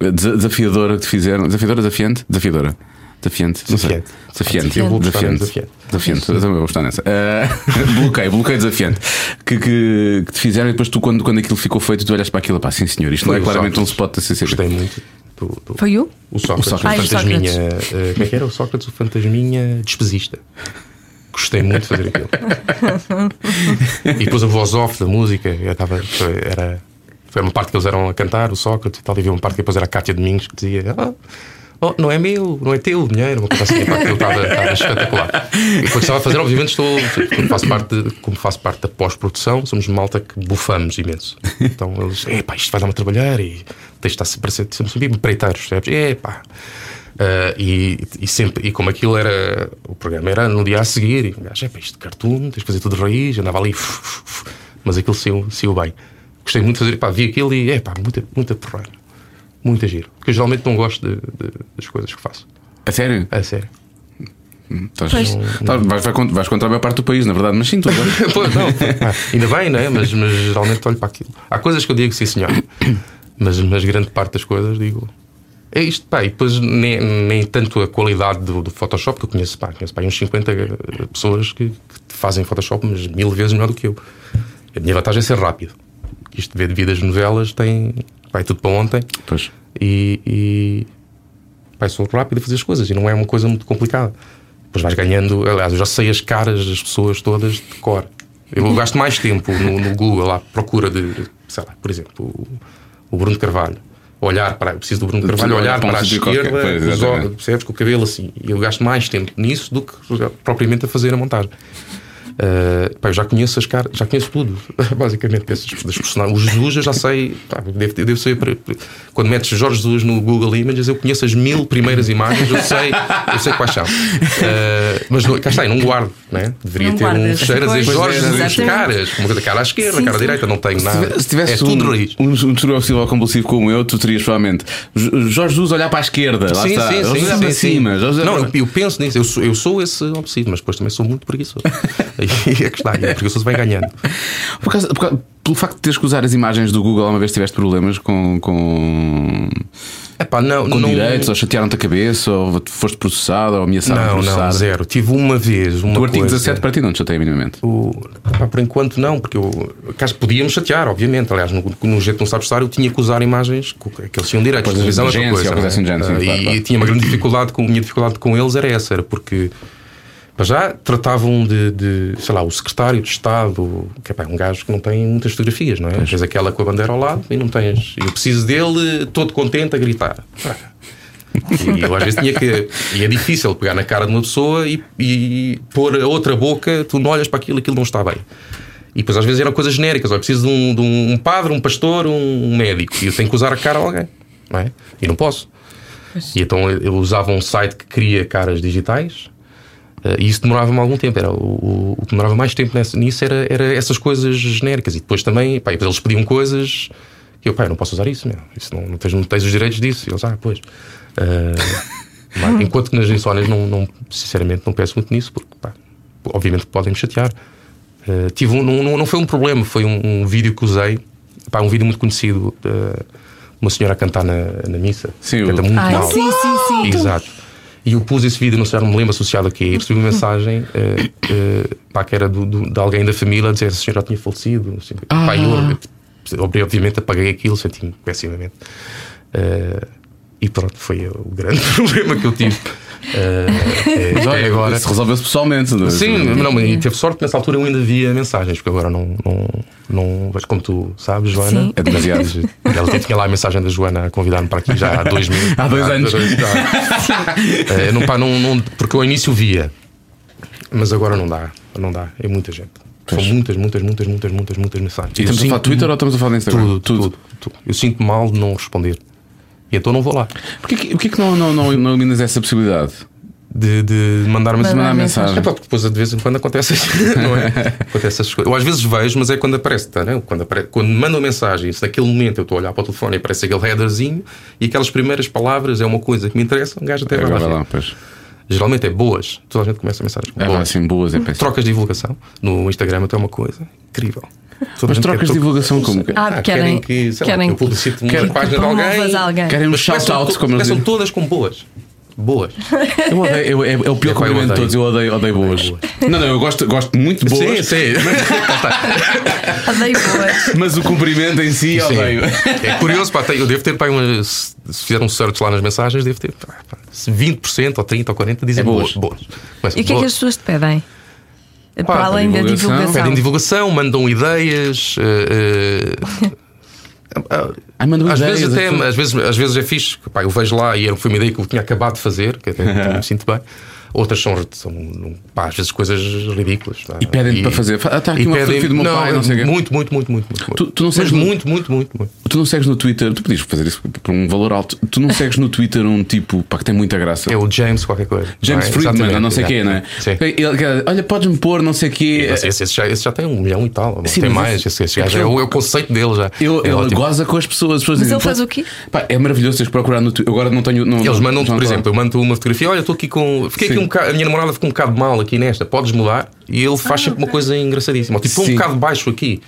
desa- desafiadora que te fizeram? Desafiadora, desafiante? Desafiadora. Desafiante, não sei. Desafiante. Desafiante. Eu vou gostar desafiante. de desafiante. Desafiante. Eu também vou gostar nessa. Ah, bloqueio, bloqueio desafiante. Que, que, que te fizeram e depois tu, quando, quando aquilo ficou feito, tu olhas para aquilo, pá, sim senhor, isto não Foi é o claramente um Sócrates. spot da CCB. Gostei muito do, do- Foi o? o Sócrates, O o, Sócrates. fantasminha. Ah, eh, como é que era? O Sócrates, o fantasminha despesista. Gostei muito de fazer aquilo. e depois a voz off da música. Eu estava, foi- era, foi uma parte que eles eram a cantar, o Sócrates e tal. E havia uma parte que depois era a Cátia Domingos que dizia. "Ah, oh, não é meu, não é teu dinheiro, uma coisa assim, pá, aquilo estava, estava espetacular. E quando estava a fazer, obviamente, estou, como faço parte, de- como faço parte da pós-produção, somos malta que bufamos imenso. Então eles, epá, isto vai dar-me a trabalhar e tens de estar sempre, sempre, sempre empreiteiros, percebes? Epá. Ah, e, e sempre, e como aquilo era, o programa era no dia a seguir, e um gajo, epá, isto de cartoon, tens de fazer tudo de raiz, andava ali, fu- fu- fu. mas aquilo saiu, saiu bem. Gostei muito de fazer, pá, vi aquilo e, epá, muita, muita porrada. Muita giro. Porque eu geralmente não gosto de- de- das coisas que faço. A sério? A sério. Estás- Pois. estás- vais, vai contra- vais contra a maior parte do país, na verdade, mas sim, tu agora. Pô, não. Ah, Ainda bem, não é? Mas, mas geralmente olho para aquilo. Há coisas que eu digo sim, senhor. Mas, mas grande parte das coisas digo. É isto, pá, e depois nem, nem tanto a qualidade do, do Photoshop, que eu conheço, pá, conheço pá, aí uns 50 pessoas que, que fazem Photoshop, mas mil vezes melhor do que eu. A minha vantagem é ser rápido. Isto vê devido às novelas, tem. Vai tudo para ontem. Pois. e, e pá, sou rápido a fazer as coisas e não é uma coisa muito complicada. Depois vais ganhando, aliás, eu já sei as caras das pessoas todas de cor. Eu gasto mais tempo no, no Google à procura de, sei lá, por exemplo, o, o Bruno Carvalho. Olhar para, eu preciso do Bruno Carvalho, olhar para um para a sítio esquerda, qualquer, pois, com os exatamente. olhos, percebes, com o cabelo assim. E eu gasto mais tempo nisso do que propriamente a fazer a montagem. Uh, pá, eu já conheço as caras, já conheço tudo, basicamente, dessas, das personagens. O Jesus eu já sei, pá, eu devo, eu devo saber. pre- pre- Quando metes Jorge Jesus no Google Images, eu conheço as mil primeiras imagens, eu sei, eu sei quais são. Uh, mas não, cá está, eu não guardo, né? deveria Não ter um guardas, fecheiro a dizer pois, Jorge Jesus, exatamente. caras, uma coisa, cara à esquerda, Sim, cara à sim. direita, não tenho nada. é, Se tivesse é tudo um, raiz. um, um tutorial possível compulsivo como eu, tu terias provavelmente J- Jorge Jesus olhar para a esquerda, lá está. Jorge Jesus olhar para cima. Jorge- Não, eu, eu penso nisso, eu sou, eu sou esse obsessivo, mas depois também sou muito é preguiçoso. e é que está, e o preguiçoso vai ganhando. Por causa, por causa- pelo facto de teres que usar as imagens do Google, uma vez tiveste problemas com. com... Epá, não, Com não, direitos, ou chatearam-te a cabeça, ou foste processado, ou ameaçado não, de processar. não, zero. Tive uma vez uma Do artigo coisa- 17 para ti não te chateia minimamente. O- pá, por enquanto não, porque eu caso podíamos chatear, obviamente. Aliás, no, no jeito de não sabe estar, eu tinha que usar imagens co- que eles tinham direito. Pois, televisão é outra agência, coisa. ou coisa não é? assim do género, sim, Ah, e, claro, claro. e tinha uma grande dificuldade com a minha dificuldade com eles era essa, era porque para já tratavam de, de, sei lá, o secretário de Estado, que é pá, um gajo que não tem muitas fotografias, não é? Tens aquela com a bandeira ao lado e não tens. Eu preciso dele todo contente a gritar. Ah. E eu às vezes tinha que. E é difícil pegar na cara de uma pessoa e, e pôr a outra boca, tu não olhas para aquilo, aquilo não está bem. E depois às vezes eram coisas genéricas, olha, preciso de um, de um padre, um pastor, um médico, e eu tenho que usar a cara a alguém, não é? E não posso. E então eu eu usava um site que cria caras digitais. eh, E isso demorava-me algum tempo. Era o, o- o que demorava mais tempo nessa- nisso era, era essas coisas genéricas. E depois também, pá, e depois eles pediam coisas que eu, pá, eu não posso usar isso, meu. Isso não, não, tens, não tens os direitos disso. E eles, ah, pois. Eh, mas enquanto que nas insónias, não, não- sinceramente, não penso muito nisso, porque, pá, obviamente podem me chatear. Eh, tive um- não, não- não foi um problema, foi um, um vídeo que usei, pá, um vídeo muito conhecido, eh, uma senhora a cantar na, na missa. Sim, Canta o- muito Ai, mal. sim, sim, sim. Então, Exato. E eu pus esse vídeo, não sei, já não me lembro associado aqui. E recebi uma mensagem eh, eh, pá, que era do- do- de alguém da família a dizer que a senhora tinha falecido. Assim, pá, Ah. eu, obri- obviamente, apaguei aquilo, senti-me pessimamente. Eh, e pronto, foi o grande problema que eu tive. Eh, eh, até agora. Isso resolveu-se pessoalmente, não é? Sim, não, mas e teve sorte que nessa altura eu ainda via mensagens, porque agora não. não, não mas como tu sabes, Joana, Sim. É demasiado. Ela até tinha lá a mensagem da Joana a convidar-me para aqui já há dois meses. Há dois anos. já. Eh, não, pá, não, não- porque eu ao início via, mas agora não dá. Não dá. É muita gente. São muitas, muitas, muitas, muitas, muitas, muitas mensagens. E estamos a Eu falar de sinto- Twitter ou estamos a falar de Instagram? Tudo, tudo, tudo. Eu sinto mal de não responder. E então não vou lá. Porquê, que- porquê que não, não, não, não eliminas essa possibilidade? De, de mandar-me Mas mandar mensagem. É pá, porque depois de vez em quando acontece, não é? acontece essas coisas. Eu às vezes vejo, mas é quando aparece, tá, né? quando, apare... quando me mandam mensagem, se naquele momento eu estou a olhar para o telefone e aparece aquele headerzinho e aquelas primeiras palavras é uma coisa que me interessa, um gajo até vai Agora lá. É, vai lá, ver. pois. Geralmente é boas, toda a gente começa a mensagem com É, boas. pá, assim, boas, é péssimo. Trocas de divulgação no Instagram até é uma coisa incrível. Toda a Mas gente trocas quer de trocar. divulgação como? que- Ah, Ah, querem, querem que, sei lá, querem que eu publicite uma que tu página de alguém. promovas alguém. Querem um Mas começam shout-out, to- como eles começam dizem. todas com boas. Boas. Eu odeio, eu- é, é o pior É, pá, eu cumprimento de odeio. É todos, eu odeio, odeio boas. Não, não, eu gosto, gosto muito de boas, sim. tá, Odeio boas. mas o cumprimento em si Sim. odeio. É curioso, pá, tem- eu devo ter, pá, uma, se se fizer um search lá nas mensagens, devo ter pá, pá, 20% ou 30% ou 40% dizem É boas. boas. boas. Mas, E o que é que as pessoas te pedem? Para Pá, além da divulgação. divulgação. Pedem divulgação, mandam ideias. eh, eh, ah, Ai, um mandam às ideias, vezes até, então. às vezes, às vezes é fixe, que, pá, eu vejo lá e era- foi uma ideia que eu tinha acabado de fazer, que até me sinto bem. Outras são, são pá, às vezes coisas ridículas. tá? E pedem-te para fazer. Ah, tá aqui e uma pedem- fotografia do meu não, pai, não sei o quê. Muito, muito, muito, muito. muito. Tu- tu não Mas sabes- muito, muito, muito, muito. Tu não segues no Twitter, tu podias fazer isso por um valor alto, tu não segues no Twitter um tipo pá, que tem muita graça. É o James qualquer coisa. James não é? Friedman, Exatamente, ou não sei o quê, não é? exato. Sim. Ele, quer- olha, podes-me pôr, não sei o quê. Esse, É, esse- esse já, esse já tem um milhão e tal. Sim, tem mas mais. esse- Esse, esse é gajo que é, eu- o, é o conceito dele já. Eu, É ele ótimo. goza com as pessoas. as pessoas Mas dizem, ele faz "Pá, o quê?" pá, é maravilhoso teres de procurar no Twitter. Eu Agora não tenho. Não, Eles mandam-te, não- por não- exemplo, eu mando uma fotografia. Olha, estou aqui com. Fiquei aqui Sim. um bocado. A minha namorada ficou um bocado mal aqui nesta. Podes mudar? E ele faz sempre uma coisa engraçadíssima. Tipo, estou um Ah, Sim. bocado baixo aqui.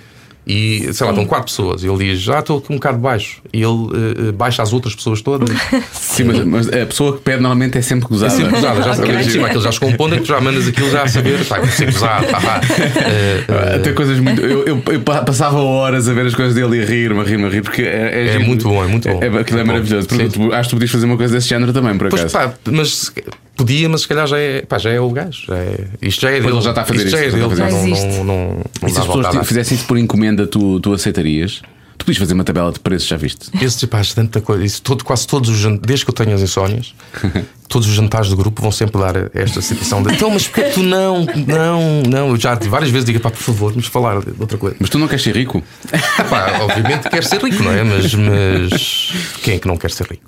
E sei lá, estão quatro pessoas. E ele diz: Já estou aqui um bocado baixo. E ele eh, eh, baixa as outras pessoas todas. Sim, mas, mas a pessoa que pede normalmente é sempre gozada. tipo. Sempre gozada, já Ok. sabes. Por cima, aquilo já chegou a um ponto em que tu já mandas aquilo já a saber. Pá, vai ser gozado. pá, pá. Eh, eh, Até coisas muito. Eu, eu- eu pa- passava horas a ver as coisas dele e a rir-me, a rir-me, a rir, porque é, É giro. muito bom, é muito bom. É, aquilo é É bom. maravilhoso. Porque Sim. tu- acho que tu podias fazer uma coisa desse género também, por acaso. Pois pá, mas se- podia, mas se calhar já é, pá, já é o gajo. Já é, isto já é dele. ele já está a fazer isto. já isso, é já dele. está a fazer não- isso. não, não, e se não dá as pessoas volta a te- dar. fizessem isso por encomenda, tu, tu aceitarias? Tu podias fazer uma tabela de preços, já viste? Esse tipo, acho tanta coisa. Isso, todo, quase todos os jantares, desde que eu tenho as insónias, todos os jantares do grupo vão sempre dar esta situação de então, mas porquê que tu não, não, não? Eu já várias vezes digo, pá, por favor, vamos falar de outra coisa. Mas tu não queres ser rico? Ah, pá, obviamente quer ser rico, não é? Mas, mas quem é que não quer ser rico?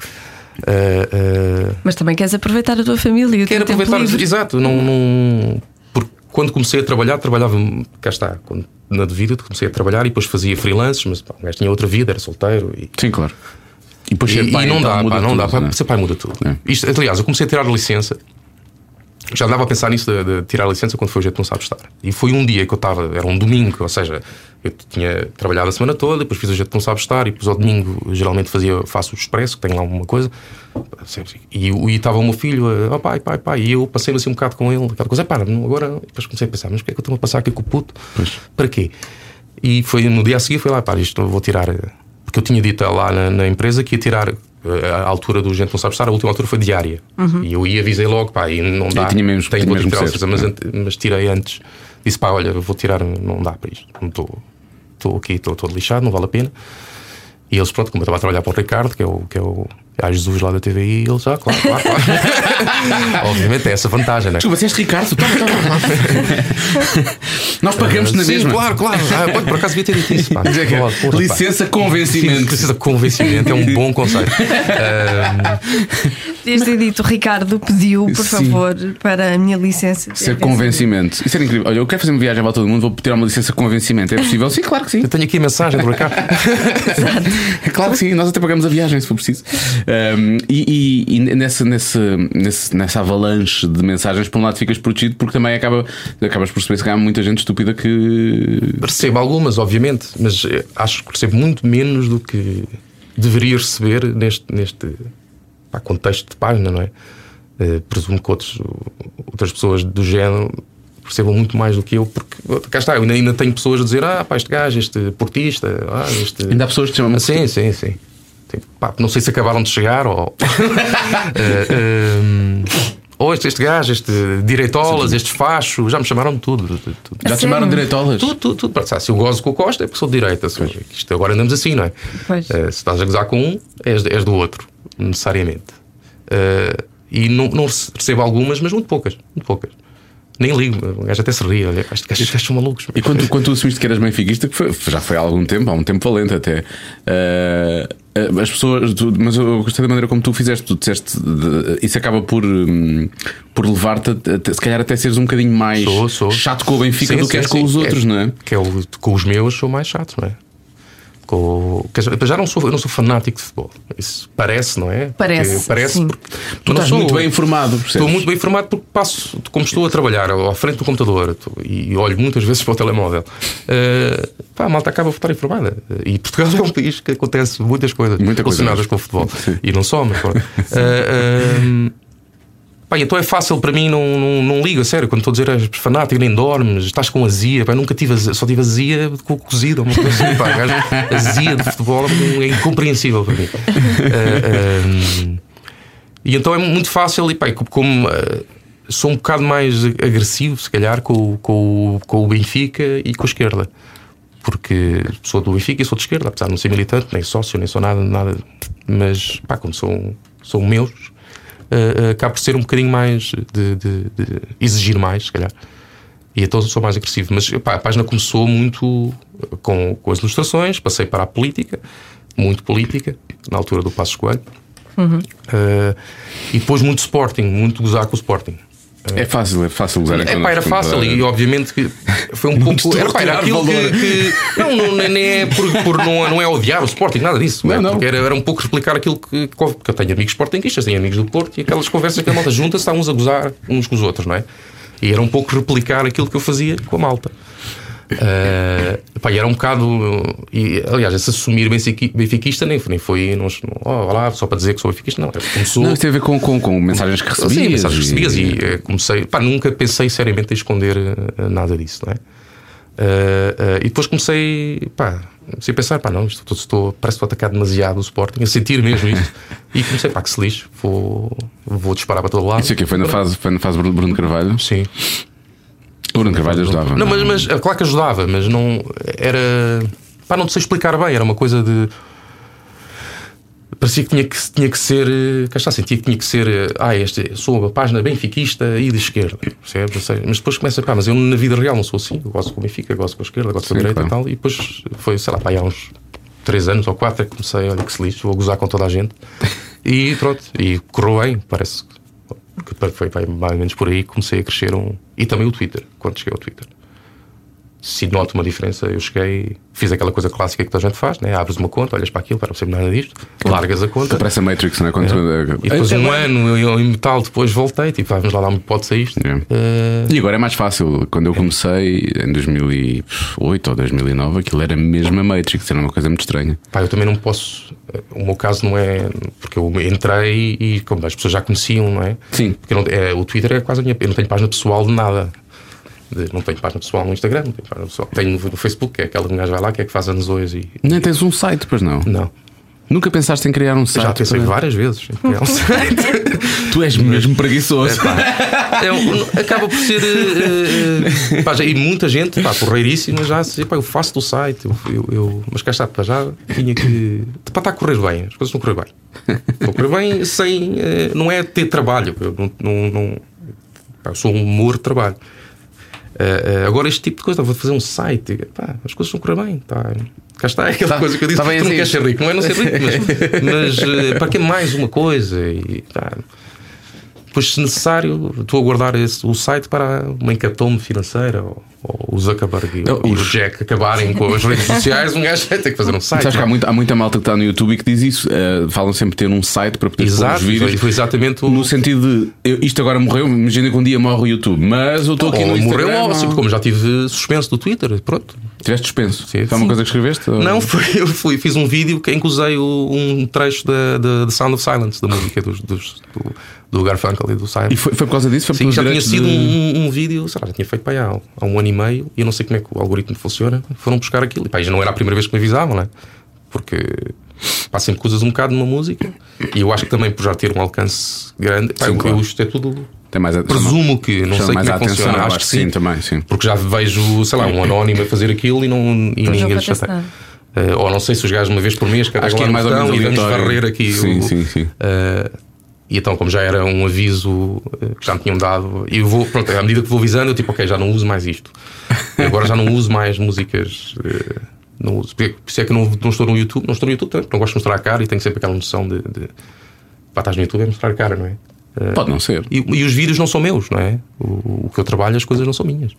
Ah, ah, Mas também queres aproveitar a tua família e o teu Quero tempo aproveitar, livre. exato, não, não- porque quando comecei a trabalhar, trabalhava, cá está, quando, na devida, comecei a trabalhar e depois fazia freelances, mas pá, um gajo tinha outra vida, era solteiro e, Sim, claro. E depois e, ser e pai, não então, dá, muda pá, não tudo, dá, pá, né? ser pai muda tudo. É. Isto, aliás, eu comecei a tirar licença já andava a pensar nisso de, de tirar a licença quando foi o jeito que não sabe estar. E foi um dia que eu estava, era um domingo, ou seja, eu tinha trabalhado a semana toda, depois fiz o jeito que não sabe estar, e depois ao domingo geralmente fazia, faço o expresso, que tenho lá alguma coisa. E e estava o meu filho, eh, oh, pai, pai, pai, e eu passei assim um bocado com ele, aquela coisa, pá, não, agora. Depois comecei a pensar, mas o que é que eu estou a passar aqui com o puto? Para quê? E foi no dia a seguir, foi lá, pá, isto eu vou tirar. eh, Porque eu tinha dito lá na, na empresa que ia tirar. eh, A altura do gente não sabe estar, a última altura foi diária. E eu ia avisei logo, pá, e não dá. tinha mesmo- tenho tinha que mesmo tirar que a ser. licença, mas, ante- mas tirei antes. Disse, pá, olha, eu vou tirar, não dá para isto. Não estou. Estou aqui, estou todo lixado, não vale a pena. E eles, pronto, como eu estava a trabalhar para o Ricardo, que é o, que é o ah, Jesus lá da TVI, eles, ah, claro, claro, claro. Obviamente tem essa vantagem, né? Desculpa, se és Ricardo, toma, toma. Nós pagamos na Sim, mesma. claro, claro. Ah, pô, por acaso devia ter dito isso. Pá. Dizer que é Porra, pá. licença Sim, convencimento. Licença convencimento é um bom conceito. Desde ter dito, o Ricardo pediu, por Sim. favor, para a minha licença. ter Ser vencido. convencimento. Isso era incrível. Olha, eu quero fazer uma viagem à volta do mundo, vou tirar uma licença convencimento. É possível? Sim, claro que sim. Eu tenho aqui a mensagem do Ricardo. É claro que sim, nós até pagamos a viagem se for preciso. Um, e e, e nessa, nessa, nesse- nessa avalanche de mensagens, por um lado ficas protegido, porque também acaba, acabas por perceber que há muita gente estúpida que. Recebo algumas, obviamente, mas eh, acho que recebo muito menos do que deveria receber neste, neste pá, contexto de página, não é? Eh, presumo que outros, outras pessoas do género percebam muito mais do que eu, porque cá está, eu ainda, ainda tenho pessoas a dizer: ah, pá, este gajo, este portista, ah, este. Ainda há tipo." pessoas que te chamam Ah, Sim, sim, sim. Sim, pá, não sei se acabaram de chegar ou. Eh, ehm, ou este, este gajo, este direitolas, estes fachos, já me chamaram de tudo. de- de- de tudo. Já te chamaram de direitolas? Tudo, tudo, tudo. Pá, Se eu gozo com o Costa é porque sou de direita. Se isto agora andamos assim, não é? Pois. Eh, se estás a gozar com um, és, és do outro, necessariamente. Eh, e não, não rece- recebo algumas, mas muito poucas. Muito poucas. Nem ligo. O gajo até se ri. Olha, estes gajos estes gajos são malucos. E quando, tu- quando tu assumiste que eras benfiquista, que foi- já foi há algum tempo, há um tempo valente até. eh, eh, as pessoas, tu- mas eu gostei da maneira como tu fizeste, tu disseste de- isso acaba por, hum, por levar-te, a- a- se calhar até seres um bocadinho mais Sou, sou. chato com o Benfica Sim, do sim, que és sim. com os outros, não é? Que é o- com os meus sou mais chato, não é? Com, quer dizer, já não sou, eu não sou fanático de futebol. Isso parece, não é? Parece, Porque parece sim. porque mas Tu não estás sou- muito bem informado, percebes? Estou muito bem Tá informado porque passo, como estou a trabalhar à frente do computador estou- e olho muitas vezes para o telemóvel, eh, pá, a malta acaba por estar informada. E Portugal é um país que acontece muitas coisas Muita coisa mesmo. relacionadas com o futebol. E não só, mas pronto. Eh, ehm, Pá, então é fácil para mim, não, não, não ligo, a sério. Quando estou a dizer "Ah, és fanático, nem dormes, estás com azia. Pá, nunca tive azia, só tive azia com o cozido. Uma coisa assim, pá, gajo, azia de futebol é incompreensível para mim. Ah, ah, e então é muito fácil, e pá, como ah, sou um bocado mais agressivo, se calhar, com, o- com, o- com o Benfica e com a esquerda. Porque sou do Benfica e sou de esquerda, apesar de não ser militante, nem sócio, nem sou nada, nada. Mas, pá, como são, são um meus, ah, ah, acabo por ser um bocadinho mais de, de- de exigir mais, se calhar. E então sou mais agressivo. Mas pá, a página começou muito com, com as ilustrações, passei para a política, muito política, na altura do Passo Coelho. Ah, e depois muito Sporting, muito gozar com o Sporting. É fácil, é fácil usar É aquela- pá, era fácil e obviamente que foi um pouco. estou a Era, pá, era retirar aquilo que. valor. que- não, não, nem nem é por, por não, não é odiar o Sporting, nada disso. Não, é, não. porque Era, era um pouco explicar aquilo que. que houve, Porque eu tenho amigos sportinguistas, tenho amigos do Porto e aquelas conversas que a malta junta-se, está uns a gozar uns com os outros, não é? E era um pouco replicar aquilo que eu fazia com a malta. Ah, pá, e era um bocado. E, aliás, esse assumir benfiqui- benfiquista nem, nem foi. Não, oh, lá, só para dizer que sou benfiquista, não. é, Começou. Não, isso tem a ver com, com, com mensagens que recebias. Sim, mensagens recebias e, eh, comecei. Pá, nunca pensei seriamente em esconder eh, nada disso, não é? Eh, eh, e depois comecei, pá, comecei a pensar, pá, não, isto, estou, estou- parece que estou a atacar demasiado o Sporting, a sentir mesmo isso. e comecei, pá, que se lixo, vou, vou disparar para todo lado. Isso aqui foi na fase, foi na fase Bruno Bruno Carvalho. Sim. O Bruno Carvalho ajudava. Não, mas, mas é claro que ajudava, mas não era. Pá, não sei explicar bem, era uma coisa de. Parecia que tinha que, tinha que ser. eh, Cá está, sentia que tinha que ser. eh, Ah, este, sou uma página benfiquista e de esquerda. Percebes? Ou seja, Mas depois começa, pá, mas eu na vida real não sou assim. Eu gosto com o Benfica, gosto com a esquerda, gosto com a Sim, direita e claro. tal. E depois foi, sei lá, pá, aí há uns 3 anos ou 4 que comecei, olha que se lixo, vou gozar com toda a gente. E pronto, e correu bem, parece que que foi, foi mais ou menos por aí que comecei a crescer um. E também o Twitter, quando cheguei ao Twitter. se noto uma diferença, eu cheguei, fiz aquela coisa clássica que toda a gente faz, né? abres uma conta, olhas para aquilo, para não perceber nada disto, largas a conta. Parece a Matrix, não é? Quando É. tu- E depois um ano eu- eu em metal, depois voltei, tipo, ah, vamos lá dar uma hipótese a isto. Yeah. Eh, E agora é mais fácil. Quando eu comecei em 2008 ou 2009, aquilo era mesmo a Matrix, era uma coisa muito estranha. pá, eu também não posso. eh, O meu caso não é. Porque eu entrei e como as pessoas já conheciam, não é? Sim. Porque eu não- é, o Twitter é quase a minha. Eu não tenho página pessoal de nada. De- não tenho página pessoal no Instagram, não tenho página pessoal. Tenho no Facebook, que é aquela que um gajo vai lá, que é que faz anos hoje e. Nem tens um site, pois não? Não. Nunca pensaste em criar um site? Já pensei para- várias vezes. em criar um site. Tu és mesmo preguiçoso. É um- acaba por ser. eh, eh, pá, já- e muita gente, pá, correiríssima, já se pá, eu faço do site, eu, eu, eu- mas cá está, pá, já tinha que. Pá, está a correr bem, as coisas estão a correr bem. Estão a correr bem sem. eh, não é ter trabalho, eu não. não, não- pá, eu sou um humor de trabalho. Eh, eh, agora, este tipo de coisa, vou fazer um site, pá, as coisas estão a correr bem, tá, cá está, é aquela Tá- coisa que eu disse: tá bem tu não assim. queres ser rico, não é não ser rico, mas, mas, eh, para que mais uma coisa? E, pá, Pois, se necessário, estou a guardar esse- o site para uma hecatombe financeira ou, ou o Zuckerberg e, Não, e o os- Jack acabarem com as redes sociais. Um gajo vai ter que fazer um site. Sabes que há não é? muita, há muita malta que está no YouTube e que diz isso. eh, falam sempre de ter um site para poder pôr os Exato, vídeos. foi, foi exatamente o. No sentido de eu- isto agora morreu, imagina que um dia morre o YouTube, mas eu estou aqui ou no morreu, Instagram, ou, assim, ou- como já tive suspenso do Twitter, pronto. Tiveste dispenso. Sim. Foi uma Sim. coisa que escreveste? ou- Não, foi, eu fui, fiz um vídeo em que usei o- um trecho da, da, de Sound of Silence, da música dos, dos- do, do Garfunkel e do Simon. E foi, foi por causa disso? Foi Sim, pelos já tinha direitos sido de- um, um vídeo, sei lá, já tinha feito pá, aí há, há um ano e meio e eu não sei como é que o algoritmo funciona. Foram buscar aquilo e pá, já não era a primeira vez que me avisavam, né? Porque pá, sempre que usas um bocado numa música e eu acho que também por já ter um alcance grande, pá, Sim, eu, claro. eu isto é tudo. Tem mais a- Presumo que, não chama mais sei como é a que atenção, funciona, eu acho que sim. também, sim. assim, Porque já vejo, sei lá, um anónimo a fazer aquilo e, não, e ninguém lhe acontece chateia. nada. Eh, ou não sei se os gajos uma vez por mês Acho que carregam é lá no mais ou botão menos e vamos aleatório. varrer aqui. Sim, o- sim, sim. eh, e então, como já era um aviso eh, que já me tinham dado, e eu vou, pronto, à medida que vou visando, eu tipo, ok, já não uso mais isto. E Agora já não uso mais músicas. eh, não uso. Por é que- por isso é que não, não estou no YouTube, não estou no YouTube também, porque não gosto de mostrar a cara e tenho sempre aquela noção de. de pá, estás no YouTube é mostrar a cara, não é? Pode não ser. E, e os vídeos não são meus, não é? O, o que eu trabalho, as coisas não são minhas.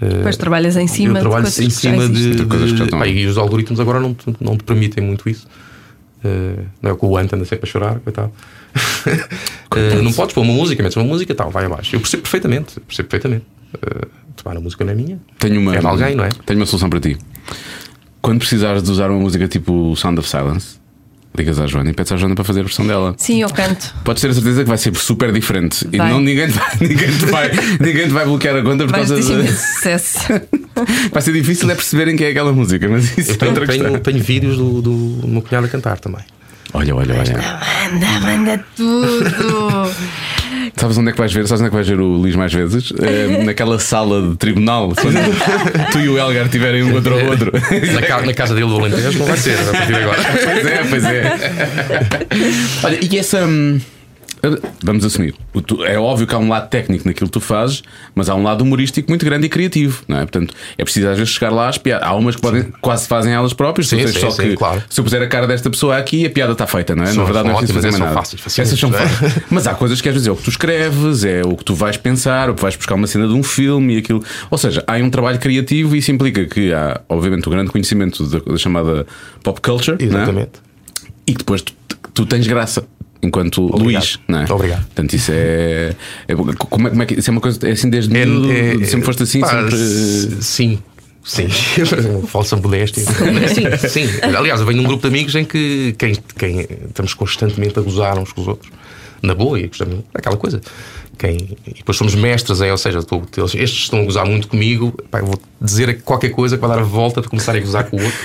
Eh, Depois trabalhas em cima eu de trabalho coisas em que já cima existem. de. De coisas que já estão. Pá, e os algoritmos agora não te, não te permitem muito isso. Eh, não é o que o Ant anda sempre a chorar, coitado. Eh, não podes pôr uma música, metes uma música e tal, vai abaixo. Eu percebo perfeitamente, percebo perfeitamente. Eh, tomar a música não é minha. Tenho uma, É de alguém, não é? Tenho uma solução para ti. Quando precisares de usar uma música tipo Sound of Silence, ligas à Joana e pedes à Joana para fazer a versão dela. Sim, eu canto. Podes ter a certeza que vai ser super diferente. E Vai. não, ninguém, te vai, ninguém, te vai, ninguém te vai bloquear a conta por Vais causa ter de. imenso sucesso. Vai ser difícil é perceberem que é aquela música, mas isso Eu é tenho, outra tenho, questão. tenho vídeos do, do, meu cunhado a cantar também. Olha, olha, olha. Manda, manda tudo. Sabes onde é que vais ver? Sabes onde é que vais ver o Luís mais vezes? Eh, naquela sala de tribunal, quando tu e o Elgar tiverem um contra o outro. Na, ca- na casa dele do Alentejo não vai ser, a partir de agora. Pois é, pois é. Olha, e essa. hum, Vamos assumir. O tu- É óbvio que há um lado técnico naquilo que tu fazes, mas há um lado humorístico muito grande e criativo, não é? Portanto, é preciso às vezes chegar lá às piadas. Há umas que podem, quase fazem elas próprias, tu Sim, tens sim, só sim, que claro. se eu puser a cara desta pessoa aqui, a piada está feita, não é? São- Na verdade, são não é preciso ótimas, fazer mais essas são nada. Essas fáceis, facilitas, são não é? fáceis. Mas há coisas que às vezes é o que tu escreves, é o que tu vais pensar, o que vais buscar uma cena de um filme e aquilo. Ou seja, há aí um trabalho criativo e isso implica que há, obviamente, o grande conhecimento da, da chamada pop culture. não é? Exatamente. e que depois tu, tu tens graça enquanto Luís, não é? Obrigado. Portanto, isso é. é- como, é, como é que. Isso é uma coisa. É assim desde. miúdo, sempre foste assim, é, pá, sempre. s- Sim. Sim, falsa modéstia. Sim, sim. Aliás, eu venho de um grupo de amigos em que quem, quem estamos constantemente a gozar uns com os outros. Na boa, e gostamos aquela coisa. Quem, e depois somos mestres, hein? ou seja, estou- eles- estes estão a gozar muito comigo. pá, eu vou dizer qualquer coisa que vai dar a volta para começar a gozar com o outro.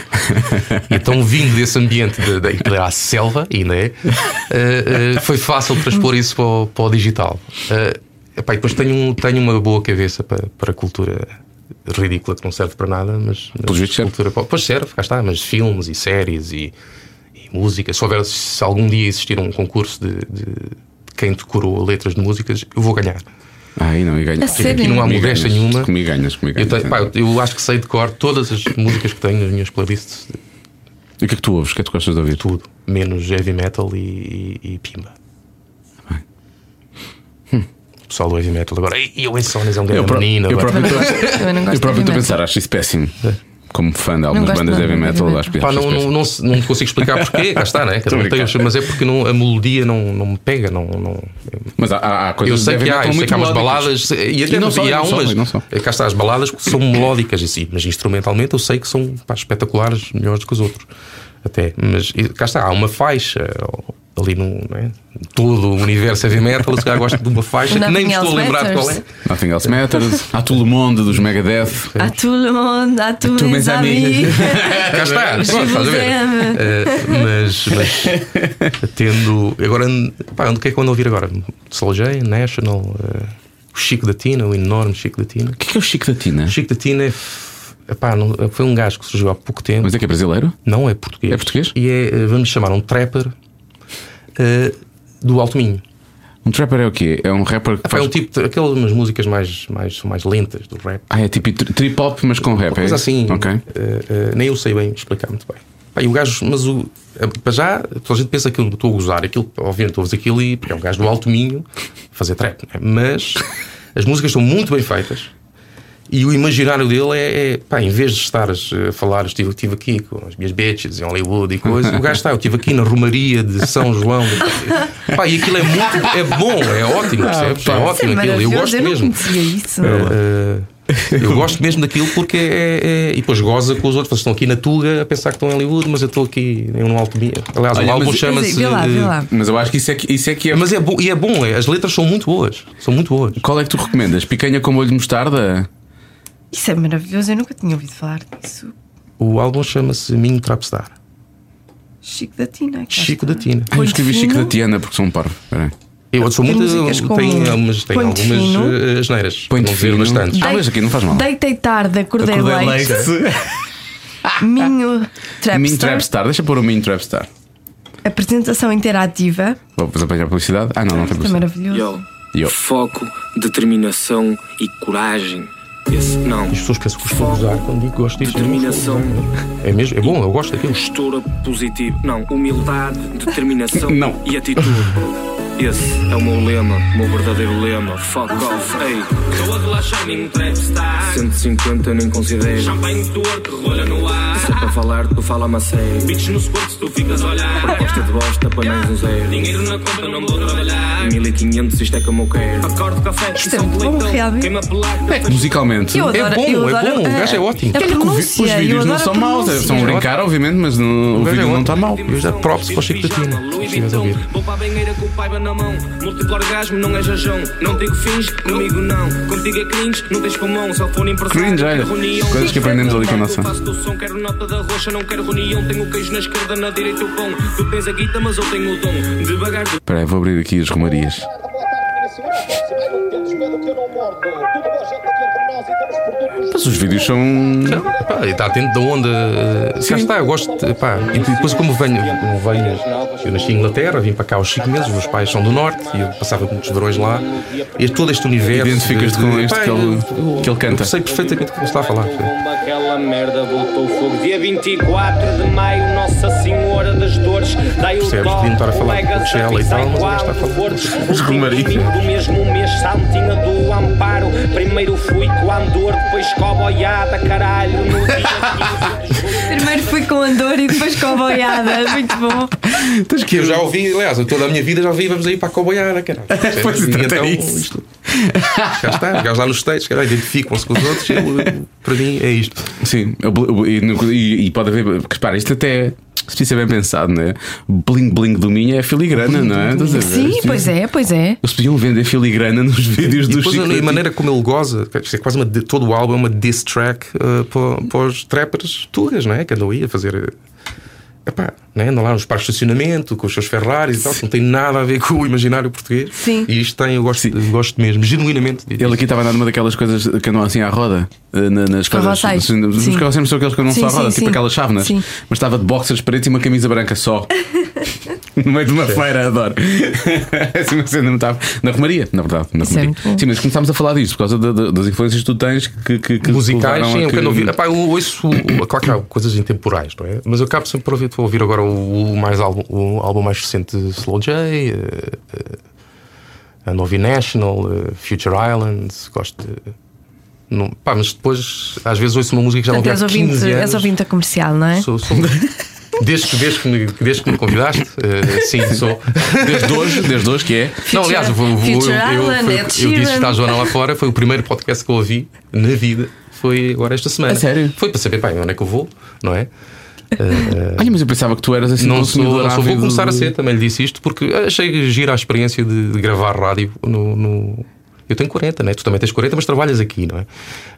então, vindo desse ambiente de, de, que era a selva, ainda é, eh, eh, foi fácil transpor isso para o, para o digital. Eh, Epá, e depois tenho, um- tenho uma boa cabeça para, para cultura ridícula que não serve para nada, mas, mas vistos serve. cultura pop. Pois serve, cá está, mas filmes e séries e, e música. Se houver se algum dia existir um concurso de, de- de quem decorou letras de músicas, eu vou ganhar. Ai, não, e ganho. A sério? Aqui não há Comigo modéstia ganhas, nenhuma. Comigo ganhas, comigo Eu, ganhas. tenho- pá, eu- eu acho que sei de cor todas as músicas que tenho nas minhas playlists, E o que é que tu ouves? O que é que tu gostas de ouvir? tudo, menos heavy metal e, e- e pimba. pessoal do heavy metal agora. "Ei, Eu em Sonas é um grande Eu, pro- menino. eu agora." próprio estou Também não gosto eu próprio de estou a heavy pensar, acho isso péssimo. É. Como fã de Não algumas gosto bandas de heavy nada de heavy metal, metal. acho que Pá, acho não, isso não, péssimo. não, se- não consigo explicar porquê, cá está, né? Cada Estou um a tem brincar. os- mas é porque não- a melodia não, não me pega. Não, não- Mas há- há, há eu coisas sei de que heavy há, eu metal sei muito é que há umas melódicas. baladas, e até E não só, e e há não só, umas. e não só. Cá está, as baladas que são melódicas, e sim, mas instrumentalmente eu sei que são pá, espetaculares, melhores do que os outros. Até, mas e cá está, há uma faixa ó, ali no. não é? Todo o universo heavy metal, se calhar gosto de uma faixa que nem Nothing me estou a else lembrar de qual é. matters. Nothing else matters. Há todo o mundo dos Megadeth. A tout le monde, à tous tous mes mes amis. amis. é. Cá está, Je pronto, estás a vous ver. aime. Eh, mas, mas tendo. Agora, ando- pá, onde que é que eu ando a ouvir agora? Soul J, National, eh, o Chico da Tina, o enorme Chico da Tina. O que é, que é o Chico da Tina? O Chico da Tina é. f- epá, não- foi um gajo que surgiu há pouco tempo. Mas é que é brasileiro? Não é português. É português? E é, eh, vamos chamar, um trapper eh, do Alto Minho. Um trapper é o quê? É um rapper que Epá, é faz... um tipo. de- Aquelas umas músicas mais, mais, são mais lentas do rap. Ah, é tipo tri- trip hop, mas com rap. Uma é isso? coisa assim, Ok. eh, eh, nem eu sei bem explicar muito bem. Pá, e o gajo, mas o, eh, para já, toda a gente pensa que eu estou a gozar aquilo, obviamente ouves aquilo e porque é um gajo do Alto Minho fazer trap, não é? mas as músicas são muito bem feitas. E o imaginário dele é, é, pá, em vez de estares a falar, estive, estive aqui com as minhas bitches em Hollywood e coisa, o gajo está, eu estive aqui na Romaria de São João. Pá, e aquilo é muito, é bom, é ótimo, percebes? Ah, pá. é Isso é ótimo aquilo, eu maravilhoso, gosto eu não mesmo. conhecia isso. Eh, eu gosto mesmo daquilo porque é, é- E depois goza com os outros. Vocês estão aqui na Tuga a pensar que estão em Hollywood, mas eu estou aqui em um alto. Aliás, Olha, o álbum mas- chama-se. é, Vê lá, vê lá. Mas eu acho que isso é que, isso é, que é... eh, Mas é bom, e é bom, é, as letras são muito boas. São muito boas. Qual é que tu recomendas? Picanha com molho de mostarda? Isso é maravilhoso, eu nunca tinha ouvido falar disso. O álbum chama-se Minho Trapstar. Chico da Tina. cá Chico está. da Tina. Ah, eu escrevi Ponte Chico da Fino. Tiana porque sou um parvo. Espera aí. Eu sou Tem muito. músicas como Tem algumas, tem Ponte algumas Fino. eh, asneiras. Ponte não dizer Fino. bastantes. Ah, mas aqui não faz mal. Deitei tarde, acordei, leite. Minho Trapstar. Min Trapstar. Deixa eu pôr o Min Trapstar. Apresentação interativa. Vamos apanhar publicidade? Ah, não, não tem Isto é publicidade. maravilhoso. Yo. Yo. Foco, determinação e coragem. Esse, não. As pessoas pensam que eu estou a gozar quando digo que gosto disto. Determinação. É mesmo, é bom, eu gosto daquilo. Postura positiva. Não. Humildade, determinação Não. e atitude. Esse é o meu lema, o meu verdadeiro lema. Fuck off, ei. Estou a relaxar, nem trapstar. 150 eu nem considero. Champanhe torto, rola no Se é ar. para falar, tu fala-me a sério. Bitch nos cortes, tu ficas a olhar. Proposta de bosta, apanhas um zero. Dinheiro na conta, não vou trabalhar. 1500, isto é como eu quero. Acordo café, Isto é muito bom, realmente. um Queima pelado. Musicalmente. Eu adoro, bom, eu é adoro bom, o a- gajo é ótimo. a Olha O vi- pronúncia, os eu vídeos não adoro são a maus, é pronúncia. um são brincar, obviamente, mas não- o gajo é vídeo não ótimo. está mau. Eu já props para o Chico da Tina. Se estiveres a ouvir. Vou para a banheira com o paiva na mão. Múltiplo orgasmo não é jajão. Não digo fins, comigo não. Contigo é cringe, não tens pulmão. Só for impressão. Cringe, olha, coisas que aprendemos ali com a nossa. Faço do som, quero nota da roxa, não quero reunião. Tenho o queijo na esquerda, na direita o pão. Tu tens a guita, mas eu tenho o dom. Devagar, Espera aí, vou abrir aqui as romarias. Mas os vídeos são. Então, Pá, e está atento da onda. eh, Cá está, eu gosto. de- Pá, e depois, como venho, como venho, eu nasci em Inglaterra, vim para cá aos 5 meses, os meus pais são do Norte e eu passava muitos verões lá. E é todo este universo. Identificas-te de- com de- este pá, que ele- eu- que ele canta. Eu sei perfeitamente o que ele está a falar. Bomba, aquela merda voltou o fogo. Dia 24 de maio, Nossa Senhora das Dores. Dai o Percebes? Podiam estar a falar com Coachella e tal, mas o gajo está a falar. Os Domingo, mesmo mês, Santinha do Amparo. Primeiro fui com a Andor, depois com a boiada, caralho. No dia 15 de julho. Primeiro fui com a dor e depois com a boiada. Muito bom. Que eu já ouvi, aliás, eu toda a minha vida já ouvi, vamos aí para a Coboiara, cara. Pois, E então, é isso. isto. Cá está, os gajos lá nos States, cara, identificam-se com os outros. eu- eu- para mim é isto. Sim, eu bl- eu- e, no- e- e pode haver. Porque, repara, isto até. Se isso é bem pensado, não é? Bling bling do Minho é filigrana, não é? Estás a ver? Sim, pois é, pois é. Eles podiam vender filigrana nos vídeos E do depois Chico. a, da a maneira como ele goza, quer dizer, quase uma, di- todo o álbum é uma diss track eh, para, para os trappers tugas, não é? Que andam aí a fazer. eh, Epá, né? andam lá nos parques de estacionamento com os seus Ferraris e tal, que não tem nada a ver com o imaginário português. Sim. E isto tem, eu gosto, eu gosto mesmo, genuinamente. disso. Ele aqui estava a dar numa daquelas coisas que andam assim à roda, eh, na- nas coisas. Carroceis. assim, Os Sim. carroceiros são aqueles que andam Sim, só à sim, roda, sim. tipo aquelas chávenas. Sim. Mas estava de boxers pretos e uma camisa branca só. no meio de uma feira, adoro. assim, uma cena muito à- na romaria, na verdade. Na Isso é romaria. muito bom. Sim, mas começámos a falar disto por causa da- da- das influências que tu tens que. que, que musicais, levaram a sim, eu que- quero ouvir. Epá, eu ouço, claro que há coisas intemporais, não é? Mas eu acabo sempre por ouvir, vou ouvir agora o, o mais álbum, o álbum mais recente de Slow J, eh, eh, Ando a ouvir National, eh, Future Islands, gosto de. Não, pá, mas depois, às vezes, ouço uma música que já não Portanto, ouvi há és 15 ouvinte, anos. és ouvinte a comercial, não é? Sou, sou- Desde, que- desde, que me, desde que me convidaste, eh, sim, sou. Desde hoje, desde hoje que é. não, aliás, eu, eu, eu, Future eu, Island, foi- Ed eu Sheeran. disse que está a Joana lá fora, foi o primeiro podcast que eu ouvi na vida, foi agora esta semana. A sério? Foi para saber, pá, onde é que eu vou, não é? Olha, mas eu pensava que tu eras assim um não sou, consumidor não sou. Vou ávido começar a de- ser, também lhe disse isto, porque achei gira a experiência de, de gravar rádio no. no- Eu tenho 40, né? Tu também tens 40, mas trabalhas aqui, não é?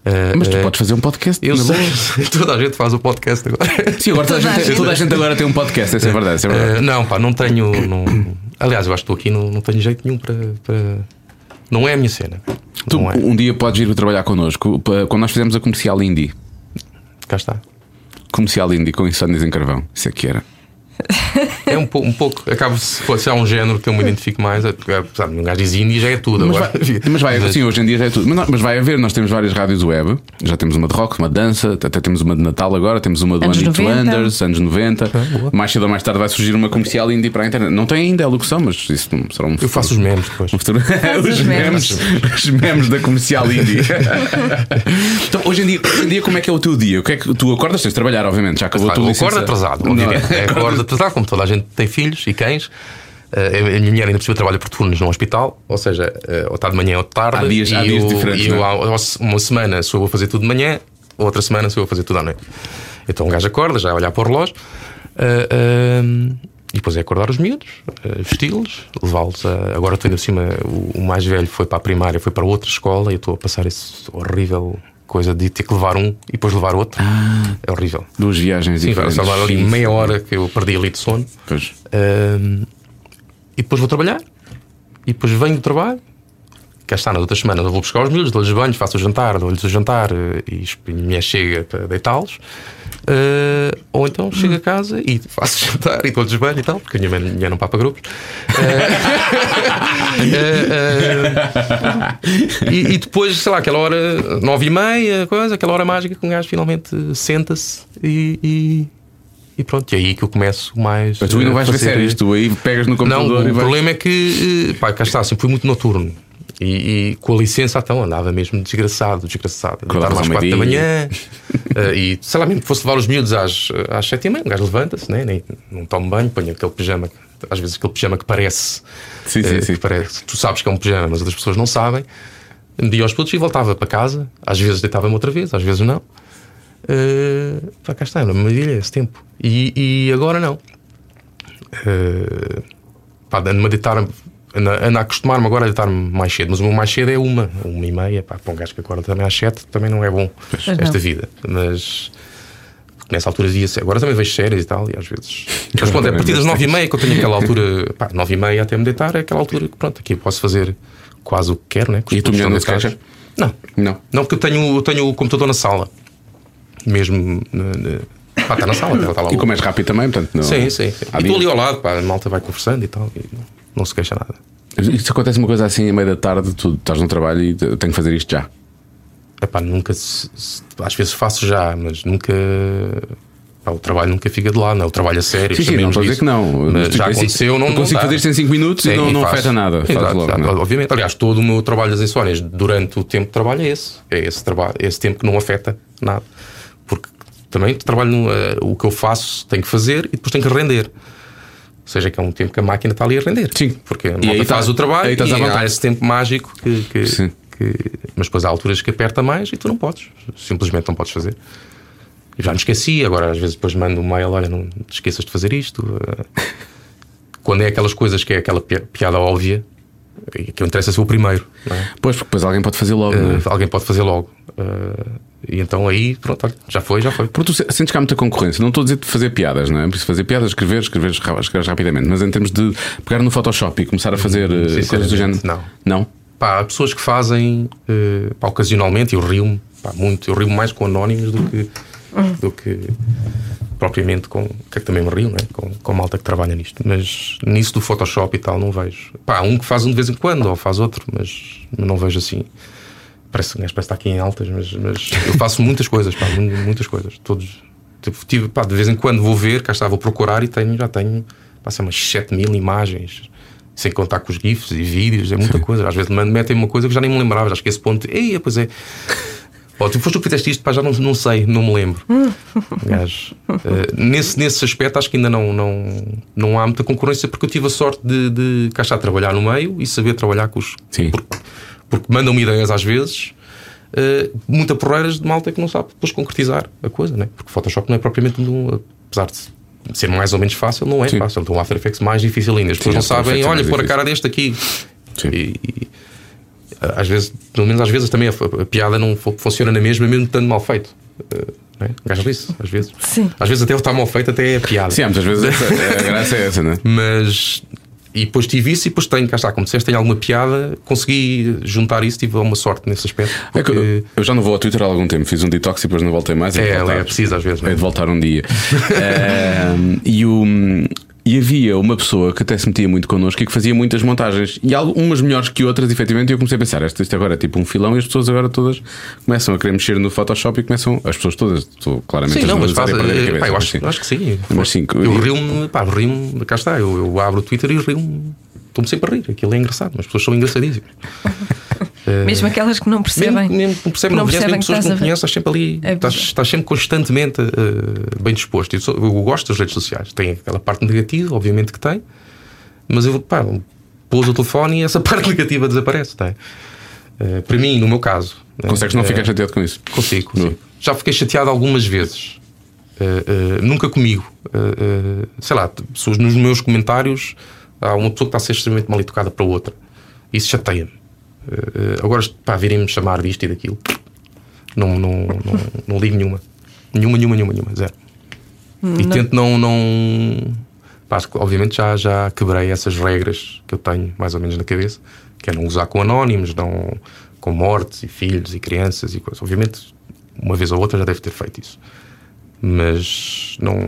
Eh, Mas tu eh, podes fazer um podcast. Eu na boa. sei, toda a gente faz o podcast agora. Sim, agora toda, a gente, toda a gente agora tem um podcast, essa é verdade, essa é verdade. Eh, não, pá, não tenho. não- Aliás, eu acho que estou aqui, não, não tenho jeito nenhum para. para- Não é a minha cena. Tu não é. um dia podes vir trabalhar connosco pa- quando nós fizemos a comercial indie. Cá está. Comercial indie com insónias em carvão. Isso é que era. É um, pou- um pouco. Acabo se, for- se há um género que eu me identifico mais, é, porque, sabe, um gajo diz indie já é tudo. Mas vai, agora. mas vai assim, hoje em dia já é tudo. Mas, não- mas vai haver, nós temos várias rádios web. Já temos uma de rock, uma de dança, até temos uma de Natal agora, temos uma do Anos Andy 90. Landers, anos 90. mais cedo ou mais tarde vai surgir uma comercial indie para a internet. Não tem ainda a locução, mas isso será um. Eu faço os memes depois. Um futuro- os os memes, memes. os memes da comercial indie. então, hoje em, dia, hoje em dia, como é que é o teu dia? O que é que tu acordas? Tens de trabalhar, obviamente. Já acabou Claro, a tua eu licença. acordo atrasado, Não, obviamente. É, acordo atrasado, como toda a gente tem filhos e cães. Eh, a minha mulher ainda por cima trabalha por turnos no hospital, ou seja, eh, ou está de manhã ou de tarde. Há dias- e há dias eu- diferentes, e eu não é? há- uma semana sou eu a fazer tudo de manhã, outra semana sou eu a fazer tudo à noite. Então um gajo acorda, já a olhar para o relógio. eh, ehm, e depois é acordar os miúdos, eh, vesti-los, levá-los a. Agora estou ainda por cima, o, o mais velho foi para a primária, foi para outra escola e eu estou a passar esse horrível coisa de ter que levar um e depois levar outro. Ah. É horrível. Duas viagens Sim, vai diferentes. salvar ali meia hora que eu perdi ali de sono. Pois. Ahm, e depois vou trabalhar. E depois venho do trabalho. Cá está, nas outras semanas eu vou buscar os miúdos, dou-lhes banho, faço o jantar, dou-lhes o jantar eh, e esp- e minha chega para deitá-los. Ah, ou então chego a casa e faço o jantar e dou-lhes banho e tal, porque a minha mãe- minha mãe não papa grupos. Eh, eh, E, e depois, sei lá, aquela hora, nove e meia, coisa, aquela hora mágica que um gajo finalmente senta-se e, e, e pronto. E é aí que eu começo mais. Mas tu ainda eh, vais ver fazer- séries, tu aí pegas no Não, computador e o vais. problema é que, eh, pá, cá está, assim, fui muito noturno. E, e com a licença, então andava mesmo desgraçado, desgraçado. Acordavas Acordava às ao quatro da meio-dia. manhã eh, e, sei lá, mesmo que fosse levar os miúdos às, às sete e meia, o gajo levanta-se, né? Nem, não toma banho, põe aquele pijama, que- às vezes aquele pijama que parece. Sim, sim, eh, sim. que parece. Tu sabes que é um pijama, mas outras pessoas não sabem. Media aos putos e voltava para casa. Às vezes deitava-me outra vez, às vezes não. Eh, pá, cá está, na medida esse tempo. E, e agora não. Eh, pá, ando-me a deitar. Ando ando a acostumar-me agora a deitar-me mais cedo, mas o meu mais cedo é uma, uma e meia. Pá, para um gajo que acorda também às sete, também não é bom não. esta vida. Mas porque nessa altura via Agora também vejo séries e tal, e às vezes. Mas pronto, é a partir das nove e meia que eu tenho aquela altura. Pá, nove e meia até me deitar, é aquela altura que pronto, aqui eu posso fazer quase o que quero, né? Com os E a tua putos mulher estão não deitados. se queixa? Não. Não. Não, porque eu tenho, eu tenho o computador na sala. Mesmo. Na, na- Pá, está na sala, está lá. E o- como és rápido também, portanto. Não... Sim, sim. sim. Há E dias. estou ali ao lado, pá, a malta vai conversando e tal, e não, não se queixa nada. Se acontece uma coisa assim, a meio da tarde, tu estás no trabalho e te- tenho que fazer isto já. Epá, nunca. se- se- às vezes faço já, mas nunca. pá, o trabalho nunca fica de lado, não é? O trabalho a sério. Sim, sim, não chamemos estou a dizer disso. que não. Mas Mas, já tipo, assim, aconteceu, não eu não consigo dá. fazer isto em cinco minutos e não- não faz. afeta nada. Faz Exato, logo, exato, não é? Obviamente. Aliás, todo o meu trabalho das insónias durante o tempo de trabalho é esse. É esse, trabalho, é esse tempo que não afeta nada. Porque também trabalho no, eh, o que eu faço tenho que fazer e depois tenho que render. Ou seja, que é um tempo que a máquina está ali a render. Sim. Porque a E malta aí tá- faz o trabalho aí estás e à vontade. há esse tempo mágico que, que- Sim. que- Mas depois há alturas que aperta mais e tu não podes. Simplesmente não podes fazer. Eu já me esqueci, agora às vezes depois mando um mail, olha, não te esqueças de fazer isto. eh. Quando é aquelas coisas que é aquela pi- piada óbvia, e que interessa ser o primeiro, não é? Pois, porque depois alguém pode fazer logo. não é? Eh, alguém pode fazer logo. Eh, e então aí, pronto, olha, já foi, já foi. Porque tu se- sentes que há muita concorrência. Não estou a dizer de fazer piadas, não é? Por isso fazer piadas, escrever, escrever, ra- escrever rapidamente. Mas em termos de pegar no Photoshop e começar a fazer eh, coisas do género. Sinceramente, não. Não? Pá, há pessoas que fazem eh, pá, ocasionalmente, eu rio-me pá, muito, eu rio mais com anónimos do que, do que propriamente com. Que é que também me rio, não é? Com, com malta que trabalha nisto. Mas nisso do Photoshop e tal, não vejo. Pá, há um que faz um de vez em quando, ou faz outro, mas não vejo assim. Parece um gajo parece estar aqui em altas, mas, mas eu faço muitas coisas, pá, mu- muitas coisas. Todos. Tipo, tive, pá, de vez em quando vou ver, cá está, vou procurar e tenho, já tenho, pá, sei, umas 7 mil imagens, Sem contar com os GIFs e vídeos, é muita coisa. Às vezes me- metem uma coisa que já nem me lembrava, já esqueço ponto. Ei, pois é. Ó, tu foste tu que fizeste isto, pá, já não, não sei, não me lembro. Gajo. Eh, nesse, nesse aspecto, acho que ainda não, não, não há muita concorrência, porque eu tive a sorte de, de cá estar a trabalhar no meio e saber trabalhar com os. Sim. Porque, porque mandam-me ideias às vezes, eh, muita porreiras de malta que não sabe depois concretizar a coisa, né? Porque Photoshop não é propriamente. um- apesar de ser mais ou menos fácil, não é Sim. fácil. Então o After Effects mais difícil ainda. As pessoas Sim, não After sabem, Effects é olha, mais pôr a difícil. cara deste aqui. Sim. E- e- às vezes, pelo menos às vezes também a, a piada não fu- funciona na mesma, mesmo estando mal feito. Uh, não é? Gajas disso, às vezes. Sim. Às vezes até o estar mal feito até é a piada. Sim, há muitas vezes essa- a graça é essa, não é? Mas. E depois tive isso e depois tenho, cá está, como disseste, tenho alguma piada, consegui juntar isso, tive alguma sorte nesse aspecto. É que porque- eu, eu já não vou ao Twitter há algum tempo. Fiz um detox e depois não voltei mais. de É, voltar. é preciso às vezes, não é? É de voltar um dia. Ehm, e, o, e havia uma pessoa que até se metia muito connosco e que fazia muitas montagens. E algumas melhores que outras, efetivamente. E eu comecei a pensar: isto, isto agora é tipo um filão. E as pessoas agora todas começam a querer mexer no Photoshop e começam. As pessoas todas, estou claramente Sim, a não, mas faz, eh, generalizar e a perder a cabeça, pá, eu mas acho, sim. acho que sim. Mas sim, eu rio-me, pá, rio-me, cá está, eu, eu abro o Twitter e rio-me. Estou-me sempre a rir, aquilo é engraçado, mas as pessoas são engraçadíssimas. Mesmo aquelas que não percebem. Mesmo, mesmo que não percebem, não, não conhecem, percebem que mesmo pessoas que estás não a ver. conhecem, estás sempre ali, É estás, verdade. estás sempre constantemente eh, bem disposto. Eu, sou- eu gosto das redes sociais, tem aquela parte negativa, obviamente que tem, mas eu, pá, pôs o telefone e essa parte negativa desaparece, tá? Eh, para mim, no meu caso. né? Consegues não Eh, ficar chateado com isso? Consigo, consigo. Já fiquei chateado algumas vezes. Uh, uh, nunca comigo. Uh, uh, sei lá, t- pessoas nos meus comentários há uma pessoa que está a ser extremamente mal educada para outra. Isso chateia-me. Uh, uh, agora, pá, virem-me chamar disto e daquilo. Não, não, não, não ligo nenhuma. Nenhuma, nenhuma, nenhuma, nenhuma. Zero. E tento não. não... Pá, acho que, obviamente já, já quebrei essas regras que eu tenho mais ou menos na cabeça, que é não usar com anónimos, não com mortes e filhos e crianças e coisas. Obviamente, uma vez ou outra já deve ter feito isso. Mas não.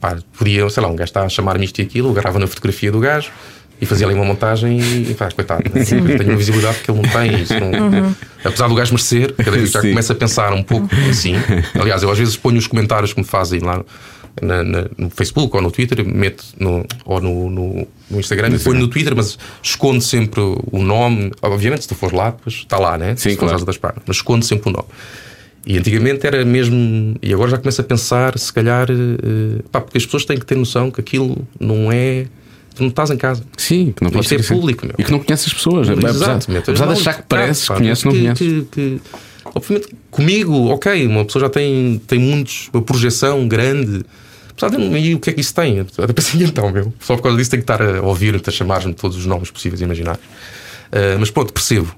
Pá, podia, sei lá, um gajo está a chamar-me isto e aquilo, eu agarrava na fotografia do gajo e fazia ali uma montagem e, e pá, coitado, né? eu tenho uma visibilidade que ele não tem. Isso não- Apesar do gajo merecer, cada vez já Sim. começa começo a pensar um pouco Uhum. assim. Aliás, eu às vezes ponho os comentários que me fazem lá na- na- no Facebook ou no Twitter, meto no, ou no, no, no Instagram, e ponho no Twitter, mas escondo sempre o nome. Obviamente, se tu fores lá, depois está lá, Sim, né? se fores claro. às outras partes, mas escondo sempre o nome. E antigamente era mesmo. E agora já começo a pensar, se calhar. eh, pá, porque as pessoas têm que ter noção que aquilo não é. Tu não estás em casa. Sim, que não pode Isto é ser assim. público, meu. E que não conheces as pessoas. é, Apesar, meu, tu és apesar de mal achar que educado, parece, pá, conhece, não que- conhece. que- que- obviamente, comigo, ok, uma pessoa já tem, tem muitos, uma projeção grande. Apesar de, e o que é que isso tem? Até pensei, então, meu. Só por causa disso tem que estar a ouvir, a chamar-me todos os nomes possíveis e imaginários. Ah, mas pronto, percebo.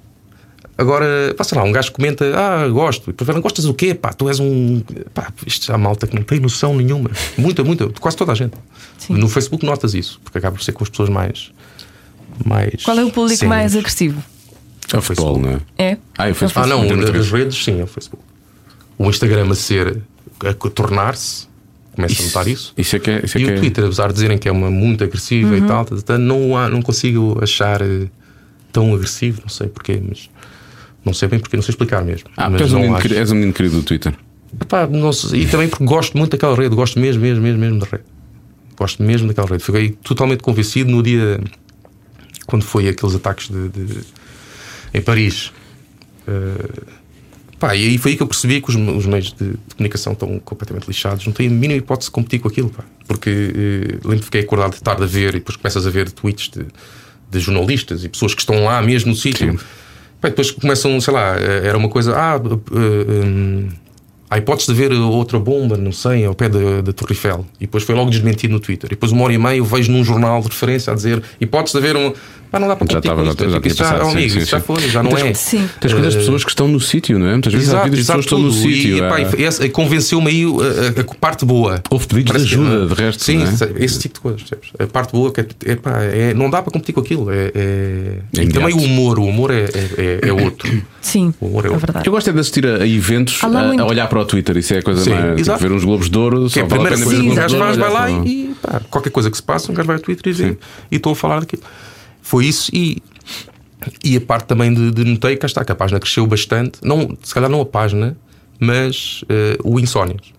Agora, pá, sei lá, um gajo comenta, ah, gosto. E depois fala, gostas do quê? Pá, tu és um. Pá, isto é uma malta que não tem noção nenhuma. Muita, muita, quase toda a gente. No Facebook notas isso, porque acaba por ser com as pessoas mais. mais Qual é o público mais sérias. agressivo? É o futebol, não é? É? Ah, eu fiz um. Ah, não, Tem muita das coisa. redes, sim, é o Facebook. O Instagram a ser, a tornar-se, começa a notar isso. Isso é que é. Isso é Uhum. e que o é- Twitter, apesar de dizerem que é uma muito agressiva e tal, tal, tal, não, há, não consigo achar eh, tão agressivo, não sei porquê, mas. Não sei bem porquê, não sei explicar mesmo. Ah, mas tu és um, não menino acho. querido, és um menino querido do Twitter. Epá, não sei, e também porque gosto muito daquela rede, gosto mesmo, mesmo, mesmo, mesmo da rede. Gosto mesmo daquela rede. Fiquei totalmente convencido no dia quando foi aqueles ataques de, de- em Paris. Eh, pá, e aí foi aí que eu percebi que os, me- os meios de, de comunicação estão completamente lixados, não têm a mínima hipótese de competir com aquilo. Pá. Porque eh, lembro que fiquei acordado de tarde a ver e depois começas a ver tweets de, de jornalistas e pessoas que estão lá mesmo no sítio. Pá, e depois começam, sei lá, eh, era uma coisa. Ah, eh, hum, Há hipótese de ver outra bomba, não sei, ao pé da, da Torre Eiffel. E depois foi logo desmentido no Twitter. E depois, uma hora e meia, eu vejo num jornal de referência a dizer hipótese de haver um. Pá, não dá para Já competir estava, com já- isto. já Tipo, tinha isso já, passado, oh, sim, amigo, sim, isso já sim. foi, já não é. Sim. Tens coisas das pessoas que estão no sítio, não é? Muitas vezes há Exato, vídeos de exato, pessoas que estão tudo. no sítio. ah. E, pá, há- e essa- convenceu-me aí uh, a, a- a parte boa. Houve pedidos de Parece que- uh, ajuda, de resto, Sim, não é? esse- esse tipo de coisas. percebes? A parte boa que é, é, pá, é- não dá para competir com aquilo. É, é- É e também imediato. o humor. O humor é, é- é- é outro. Sim, O humor é é outro. verdade. Eu gosto é de assistir a, a eventos Há lá a, muito- a olhar para o Twitter. Isso é a coisa Sim, mais. tipo, exato. ver uns Globos de Ouro. Só Que é a vale a pena primeira ver coisa. uns Globos O de gajo Ouro, vai, vai lá olhar para- e pá, qualquer coisa que se passa, um gajo vai ao Twitter e diz e estou a falar daquilo. Foi isso e. E a parte também de, de notei cá está, que a página cresceu bastante. Não, se calhar não a página, mas eh, o Insónias.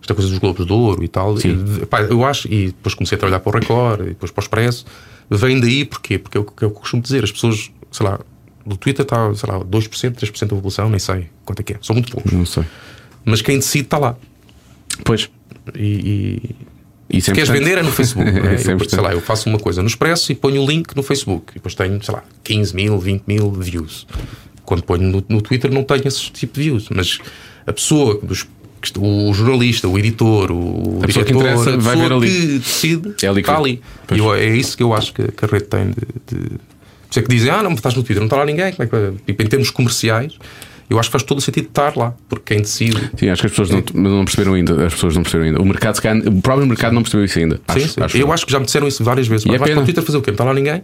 Esta coisa dos Globos de Ouro e tal. E, pá, eu acho, e depois comecei a trabalhar para o Record, e depois para o Expresso. vem daí porquê? Porque é o que eu costumo dizer, as pessoas, sei lá, do Twitter está, sei lá, 2%, 3% da população, nem sei quanto é que é, são muito poucos. Não sei. Mas quem decide está lá. Pois. E, e- Isso se é queres importante. vender é no Facebook. não Isso é é? eu, sei importante. lá, eu faço uma coisa no Expresso e ponho o link no Facebook. E depois tenho, sei lá, 15 mil, 20 mil views. Quando ponho no, no Twitter não tenho esse tipo de views. Mas a pessoa, dos, que está- o jornalista, o editor, o A pessoa que diretor, interessa a vai pessoa ver ali. que decide É ali que está vê. ali. Pois. E eu- é isso que eu acho que, que a rede tem de. de... Por isso é que dizem, ah, não estás no Twitter, não está lá ninguém. Como é que vai? Tipo, em termos comerciais, eu acho que faz todo o sentido estar lá, porque quem decide Sim, acho que as pessoas não, mas não perceberam ainda. As pessoas não perceberam ainda. O mercado, se calhar, o próprio mercado não percebeu isso ainda. Sim, sim. eu acho que já me disseram isso várias vezes. E Mas é vais para pena. o Twitter fazer o quê? Não está lá ninguém.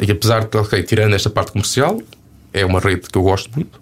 E apesar de, ok, tirando esta parte comercial, é uma rede que eu gosto muito,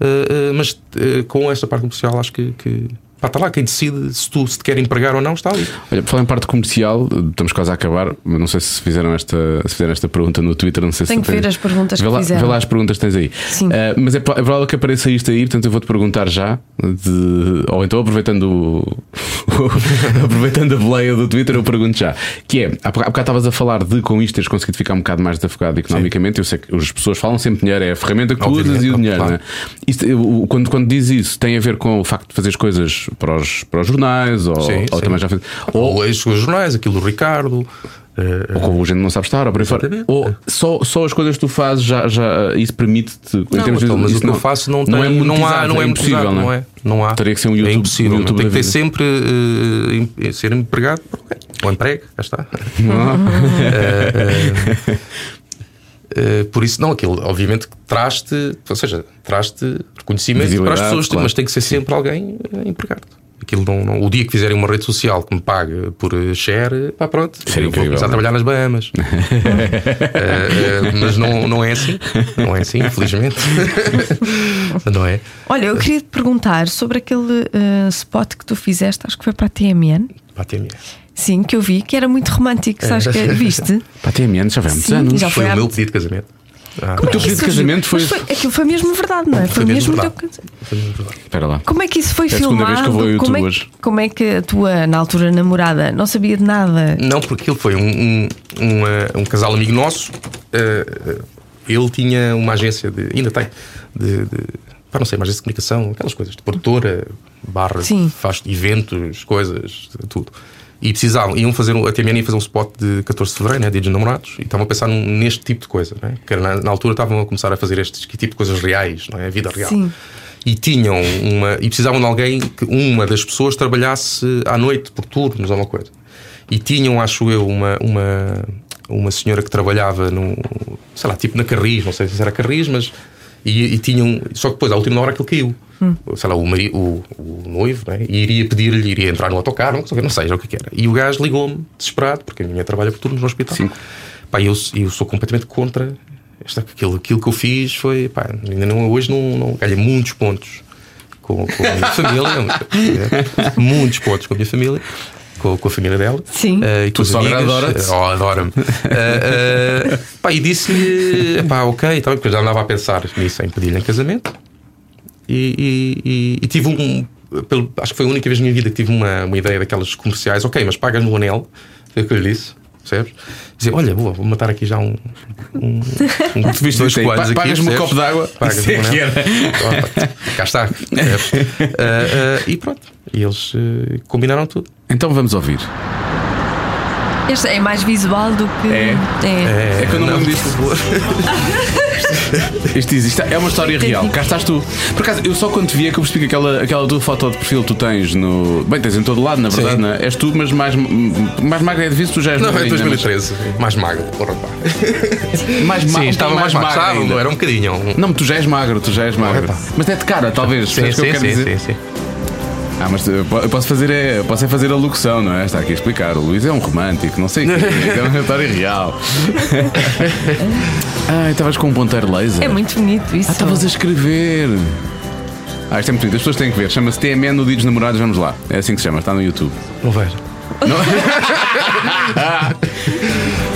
eh, eh, mas eh, com esta parte comercial acho que. que pá, está lá quem decide se tu se te quer empregar ou não, está ali. Olha, por falar em parte comercial, estamos quase a acabar. mas Não sei se fizeram esta, se fizeram esta pergunta no Twitter. Não sei Tenho se que ver as perguntas vê que lá, fizeram. Vê lá as perguntas que tens aí. Sim. Ah, mas é, pro- é provável que apareça isto aí, portanto eu vou-te perguntar já. de- ou então aproveitando o- aproveitando a boleia do Twitter, eu pergunto já. Que é, há boca- há bocado estavas a falar de com isto teres conseguido ficar um bocado mais desafogado economicamente. Eu sei que as pessoas falam sempre de dinheiro, é a ferramenta que tu usas Obviamente, e o dinheiro, claro. não é? Isto, eu- quando, quando diz isso, tem a ver com o facto de fazeres coisas para os, para os jornais ou, Sim, ou sim. também já fez, ou, Ou os jornais, aquilo do Ricardo. eh, ou como a gente não sabe estar, ou, por aí fora. Exatamente. ou só, só as coisas que tu fazes já, já isso permite-te. em Não, termos de- então, mas o isso que eu faço não, tem, é não, há, monetizado, não é, impossível, monetizado, não é? Não há. Teria que ser um YouTube- É impossível. um YouTube tem da que ter vida. sempre eh, em- ser empregado. Ou emprego, já está. é? Eh, eh, eh, por isso, não, aquilo, obviamente, que traz-te, ou seja, traz-te reconhecimento para as Visibilidade, pessoas, tipo, claro. mas tem que ser sempre alguém eh, empregado. Aquilo não, não- o dia que fizerem uma rede social que me pague por eh, share, pá, pronto, Seria eu vou incrível, começar a não é? trabalhar nas Bahamas. Eh, eh, mas não, não é assim, não é assim, infelizmente. não é? Olha, eu queria te perguntar sobre aquele eh, spot que tu fizeste, acho que foi para a TMN. Pá, tem medo. Sim, que eu vi, que era muito romântico, sabes É. que viste? Pá, tem menos, já vem há muitos Sim, anos. já Foi há o meu muito- pedido de casamento. Ah, Como é teu que isso pedido de surgiu? casamento foi- Mas Aquilo foi mesmo verdade, não é? foi mesmo o teu verdade. casamento. Foi mesmo verdade. Espera lá. Como é que isso foi a segunda filmado? vez que eu vou ao como, é, YouTube hoje. como é que a tua, na altura, namorada não sabia de nada? Não, porque aquilo foi um, um, um, eh, um casal amigo nosso. eh, eh, ele tinha uma agência de. ainda tem. De, de, pá, não sei, uma agência de comunicação, aquelas coisas, de produtora, barra, Sim. faz eventos, coisas, tudo. E precisavam, iam fazer, um- a TMN ia fazer um spot de 14 de fevereiro, né, dia dos namorados, e estavam a pensar num- neste tipo de coisa, né? que era na, na altura estavam a começar a fazer este tipo de coisas reais, não é? a vida real. Sim. E tinham uma, e precisavam de alguém que uma das pessoas trabalhasse à noite, por turnos ou uma coisa. E tinham, acho eu, uma, uma, uma senhora que trabalhava no, sei lá, tipo na Carris, não sei se era Carris, mas. E, e tinham. Só que depois, à última hora, aquilo caiu. Sei lá, o, mari, o, o noivo né? e iria pedir-lhe, iria entrar no autocarro, não sei, não sei, era o que que era. E o gajo ligou-me, desesperado, porque a minha trabalha por turnos no hospital. Pá, eu, eu sou completamente contra. Esta, aquilo, aquilo que eu fiz foi. Pá, ainda não, hoje não, não ganhei muitos pontos com, com a minha família, né? muitos pontos com a minha família, com, com a família dela. Sim. eh, e com Tua as sogra amigas. adora-te? Eh, Oh, adora-me. Eh, eh, pá, e disse-lhe, pá, ok, tá bem, porque eu já andava a pensar nisso, em pedir-lhe em casamento. E, e- e- e tive um. pelo- acho que foi a única vez na minha vida que tive uma, uma ideia daquelas comerciais, ok, mas pagas no anel, foi o que eu lhe disse. Percebes? Dizer, olha, boa, vou matar aqui já um. um, um viste dois isto aí? coelhos Pa- aqui, pagas-me um percebes? copo de água? Pagas Isso é um que anel. era. Opa, cá está. percebes? Ah, ah, e pronto. E eles eh, combinaram tudo. Então vamos ouvir. Este é mais visual do que. É. É. É que eu não me lembro disto. Isto existe, é uma história real. Cá estás tu. Por acaso, eu só quando te vi é que eu percebi que aquela, aquela tua foto de perfil que tu tens no. Bem, tens em todo lado, na verdade, Sim. não é? És tu, mas mais, mais magra é difícil, tu já és Não, em magrinha, mas- 2013. Mais magro, porra, pá. mais ma- um Sim, estava bocadinho mais magro. magra ainda. Estava, Era um bocadinho. um- Não, mas tu já és magro, tu já és magro. Epá. Mas é de cara, talvez. Sim, percebes o que sim, eu quero sim, dizer? sim, sim. Ah, mas eu po- eu posso fazer é, posso é fazer a locução, não é? Está aqui a explicar. O Luís é um romântico, não sei o quê. é uma história real. ah, estavas com um ponteiro laser. É muito bonito isso. Ah, estavas a escrever. Ah, isto é muito lindo. As pessoas têm que ver. Chama-se TMN no Dia dos Namorados, vamos lá. É assim que se chama, está no YouTube. Não vejo.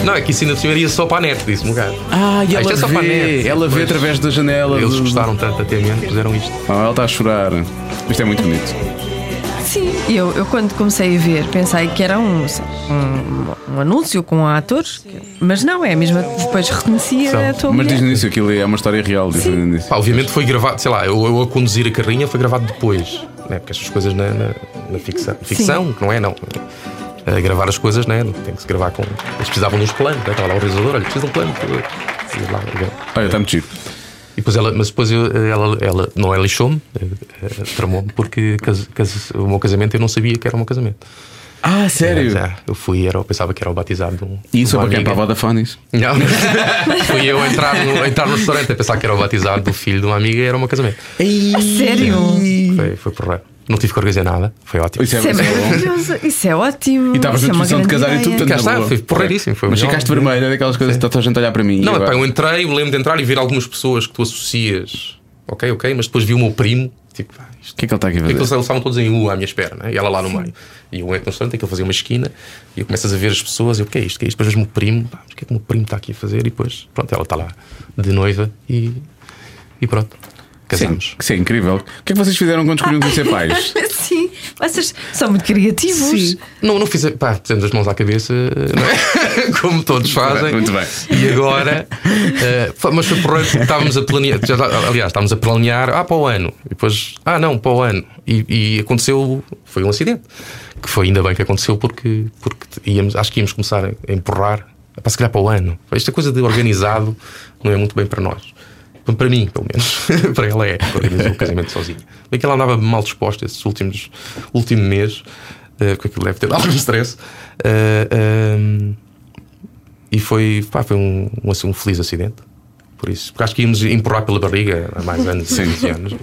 Não, é que isso ainda por cima ia só para a net, disse-me o gajo. Ah, e ela Ah, isto é só para a vê. net. Ela vê Pois. através da janela. Eles do- gostaram tanto da TMN que fizeram isto. Ah, ela está a chorar. Isto é muito bonito. Sim, eu, eu quando comecei a ver pensei que era um, um, um anúncio com atores, mas não, é mesmo. Depois reconhecia São. a tua Mas mulher. diz nisso, aquilo é uma história real. Diz nisso. Pá, obviamente foi gravado, sei lá, eu, eu a conduzir a carrinha foi gravado depois, né? porque estas coisas na, na, na ficção, ficção, que não é? Não. A gravar as coisas, né? Tem que se gravar com. Eles precisavam de uns planos, né? estava lá o realizador, olha, precisa de um plano. E lá, e- Olha, está muito giro. E depois ela, mas depois eu- ela, ela não é lixou-me, eh, eh, tramou-me, porque cas- cas- o meu casamento eu não sabia que era o meu casamento. Ah, Era, sério? já, eu fui, era, eu pensava que era o batizado de um. E isso é de É, uma para quem? amiga. Para a Vodafone, isso? Não. Fui eu entrar no, entrar no restaurante a pensar que era o batizado do filho de uma amiga e era o meu casamento. A sério? Foi, foi porra. Não tive que organizar nada, foi ótimo. Isso é, Isso é isso é bom. maravilhoso, isso é ótimo. E estavas isso na é uma disposição de grande casar e tudo, ideia. portanto, Cá na está, boa. foi porreiríssimo, foi Mas melhor. ficaste vermelho, é daquelas coisas que está toda a gente a olhar para mim. Não, E é pá, agora? eu entrei, eu lembro de entrar e ver algumas pessoas que tu associas, ok, ok, mas depois vi o meu primo, tipo, pá, isto. O que é que ele está aqui a Porque eles, fazer? eles estavam todos em U à minha espera, né? e ela lá no meio. E eu entro no restaurante, aquilo fazia uma esquina, e eu começas a ver as pessoas, e eu, o que é isto? O que é isto? Depois vejo o meu primo, pá, mas o que é que o meu primo está aqui a fazer? E depois, pronto, ela está lá de noiva e, e pronto, Sim, casamos. que isso é incrível. O que é que vocês fizeram quando descobriram que iam ser pais? Sim, vocês são muito criativos. Não, não fiz. Pá, pusemos as mãos à cabeça, não é? como todos fazem. Muito bem. E agora. eh, foi- mas foi porreiro porque estávamos a planear. já tá- aliás, estávamos a planear. Ah, para o ano. E depois. Ah, não, para o ano. E, e aconteceu. Foi um acidente. Que foi ainda bem que aconteceu porque, porque íamos, acho que íamos começar a empurrar. Para se calhar para o ano. Esta coisa de organizado não é muito bem para nós. Bom, Para mim, pelo menos. para ela é, que organizou o casamento sozinha. Bem que ela andava mal disposta esses últimos último mês, eh, porque aquilo deve ter dado algum stress. Eh, ehm, e foi, pá, foi um, um, assim, um feliz acidente. Por isso, porque acho que íamos empurrar pela barriga há mais anos, 15 anos.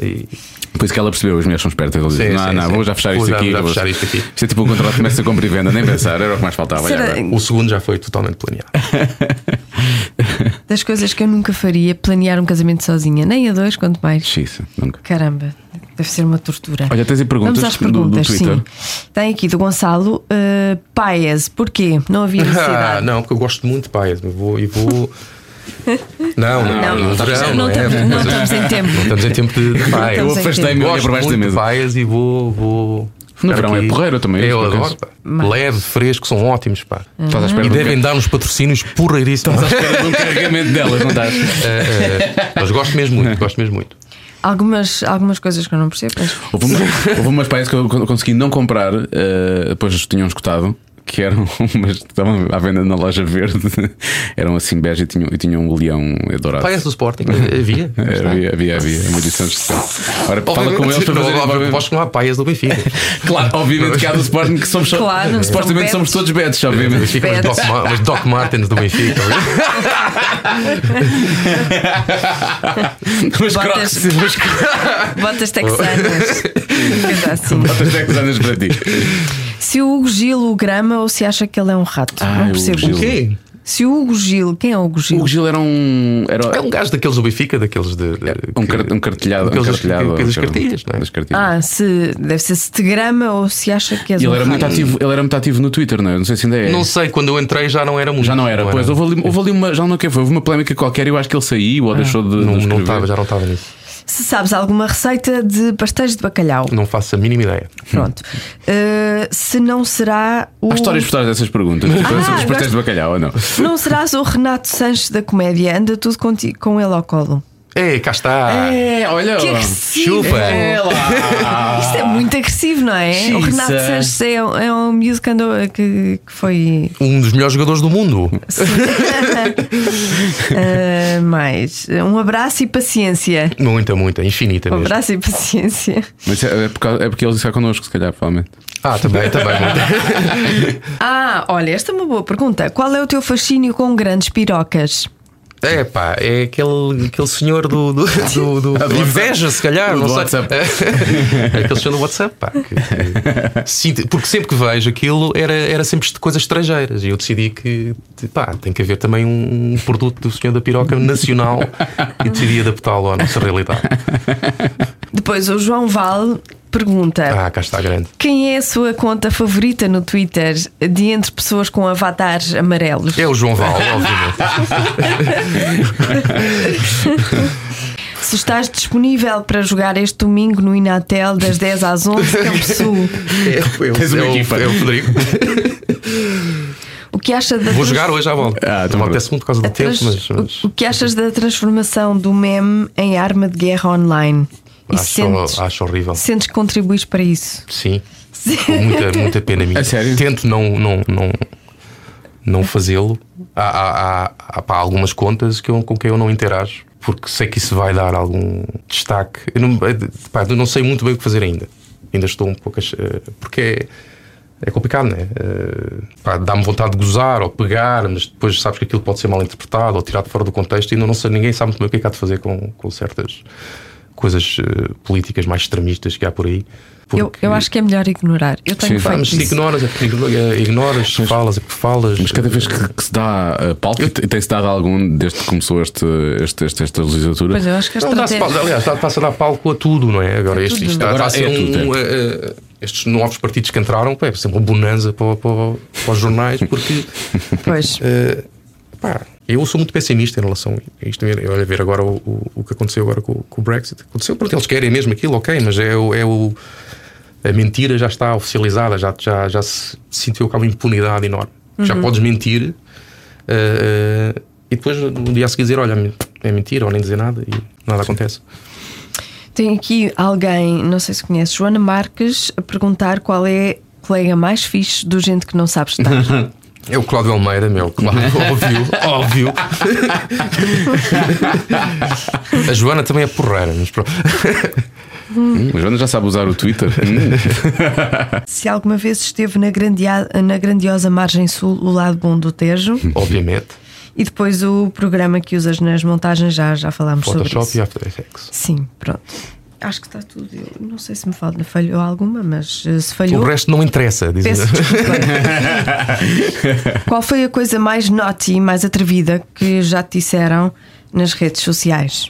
E, Por isso que ela percebeu, as mulheres são espertas. Eles dizem, Sim, não, sim, não, sim. vou já fechar Vou isto já- aqui. já vou- fechar isto aqui. Isto é tipo um contrato de começa compra e venda, nem pensar, era o que mais faltava. olha Será- agora. o segundo já foi totalmente planeado. Das coisas que eu nunca faria, planear um casamento sozinha, nem a dois, quanto mais. Xis, nunca. Caramba, deve ser uma tortura. Olha, tens aí perguntas Vamos às do- do perguntas, Twitter? sim. Tem aqui do Gonçalo uh, Paes, porquê? Não havia Ah, necessidade. não, porque eu gosto muito de pais. eu Vou, e vou. Não, não, Não, no não verão, estamos- não não é? estamos- não estamos em tempo. Não estamos em tempo de, de pais. estamos Eu em afastei-me É, Eu olhei gosto para baixo da muito de mesa. praias e vou. vou No ficar verão é porreiro também, Eu por acaso. adoro. pá. Leve, fresco, são ótimos. Pá. Estás à espera E de um devem dar-nos patrocínios porreiríssimos. ca- espera de um carregamento delas, não estás? Eh, eh, Mas gosto mesmo muito, gosto mesmo muito. Algumas, algumas coisas que eu não percebo. mas- Houve umas, houve umas peças que eu con- consegui não comprar, eh, depois tinham escutado, que eram umas que estavam à venda na loja verde, eram assim bege e tinham, e tinham um leão dourado. Paias do Sporting, eh, havia. Eh, havia, havia, havia, uma edição especial. Ora, fala Obviamente, com eles para não, fazer. Aposto que não há paias do Benfica. Claro, obviamente que há do Sporting que somos só- Claro, supostamente são somos todos betos, obviamente. Benfica, mas Doc, Ma- mas Doc Martens do Benfica. Mas Botas- crocs, mas crocs Botas texanas. Coisa assim. é que andas para ti. Se o Hugo Gil o grama ou se acha que ele é um rato. Ah, não o percebo. Hugo Gil. Quê? Se o Hugo Gil, quem é o Hugo Gil? O Gil era um. É Era um gajo daqueles do Benfica, daqueles de. de- um, que- car- um cartilhado. Um Daqueles cartilhado daqueles era um- cartilhas, não é? das cartilhas. Ah, se, deve ser se te grama ou se acha que és E um ele era, rato. muito ativo, ele era muito ativo no Twitter, não é? Não sei se ainda é. Não sei, quando eu entrei já não era muito. Já não era. pois, houve ali, houve ali uma. Já não que foi. Houve uma polémica qualquer e eu acho que ele saiu ou deixou de. Não, de não escrever. estava, já não estava nisso. Se sabes alguma receita de pastéis de bacalhau. Não faço a mínima ideia. Pronto. Uh, se não será o. Há histórias por trás dessas perguntas. Tipo, Ah, sobre os pastéis gosto- de bacalhau ou não? Não serás o Renato Sanches da comédia. Anda tudo contigo, com ele ao colo. É, cá está. É, olha. Que agressivo! Chupa. É lá. Isto é muito agressivo, não é? O Renato Jesus. Sanches é, um- é um miúdo que, andou, que, que foi. assim. Um dos melhores jogadores do mundo. Uh, mais. Um abraço e paciência. Muita, muita, infinita Um mesmo. abraço e paciência. Mas é, é por causa- é porque ele está connosco, se calhar, provavelmente. Ah, também, também. muita. Ah, olha, esta é uma boa pergunta. Qual é o teu fascínio com grandes pirocas? É pá, é aquele, aquele senhor do. do, do- do- do inveja, se calhar, Do não sei. WhatsApp. É aquele senhor do WhatsApp, pá. que- que- sinto- porque sempre que vejo aquilo era, era sempre de coisas estrangeiras e eu decidi que, pá, tem que haver também um produto do senhor da piroca nacional e decidi adaptá-lo à nossa realidade. Depois o João Val pergunta: Ah, cá está grande. Quem é a sua conta favorita no Twitter de entre pessoas com avatares amarelos? É o João Val, obviamente. Se estás disponível para jogar este domingo no Inatel das 10 às 11, Campo Sul, É, o- é, Tens o- uma é, o- equipa. é o Frederico. o que acha da Vou trans- jogar hoje à volta. Ah, então pronto. não apetece muito por causa do a trans- tempo, mas. mas- O, o que achas da transformação do meme em arma de guerra online? E sentes, Acho, é acho horrível. sentes que contribuis para isso? Sim. Com muita, muita pena minha. A sério? Tento não, não, não, não fazê-lo. Há, há, há- há, pá, algumas contas que eu- com quem eu não interajo, porque sei que isso vai dar algum destaque. Eu não, eh, pá, eu não sei muito bem o que fazer ainda. Ainda estou um pouco. a ch- eh, Porque é, é complicado, né? Eh, pá, Dá-me vontade de gozar ou pegar, mas depois sabes que aquilo pode ser mal interpretado ou tirado fora do contexto e ainda não sei, ninguém sabe muito bem o que é que há de fazer com, com certas coisas eh, políticas mais extremistas que há por aí. Eu, eu acho que é melhor ignorar. Eu tenho Sim, Pá, feito mas se isso. ignoras, é porque igno- é, ignoras, se falas, é porque falas. Mas cada vez que, que se dá a palco, e te- tem-se dado algum desde que começou este, este, este- esta legislatura. Pois é. eu acho que a Não, dá-se palco, estratégia. aliás, dá- passa a dar palco a tudo, não é? Agora, este, tudo. isto está, Agora está a ser é um, tudo, eh, eh, estes novos partidos que entraram, pá, é sempre uma bonanza para, o- para o- para os jornais, porque Pois. eh, pá, eu sou muito pessimista em relação a isto. Eu Olha, ver agora o, o, o que aconteceu agora com, com o Brexit. Aconteceu, pronto, eles querem mesmo aquilo, ok, mas é o. É o a mentira já está oficializada, já, já, já se sentiu que há uma impunidade enorme. Já podes mentir eh, eh, e depois no dia a seguir dizer: olha, é mentira, ou nem dizer nada e nada acontece. Tem aqui alguém, não sei se conhece, Joana Marques, a perguntar qual é o colega mais fixe do gente que não sabe estar. É o Cláudio Almeida, meu, claro, óbvio, óbvio. a Joana também é porreira, mas pronto. Hum, a Joana já sabe usar o Twitter. Hum. Se alguma vez esteve na, grandia- na grandiosa margem sul, o lado bom do Tejo, Obviamente. e depois o programa que usas nas montagens, já, já falámos sobre Photoshop isso. e After Effects. Sim, pronto. Acho que está tudo. Eu não sei se me falha, falhou alguma, mas eh, se O falhou. resto não interessa, diz Peço desculpa. Qual foi a coisa mais naughty e mais atrevida que já te disseram nas redes sociais?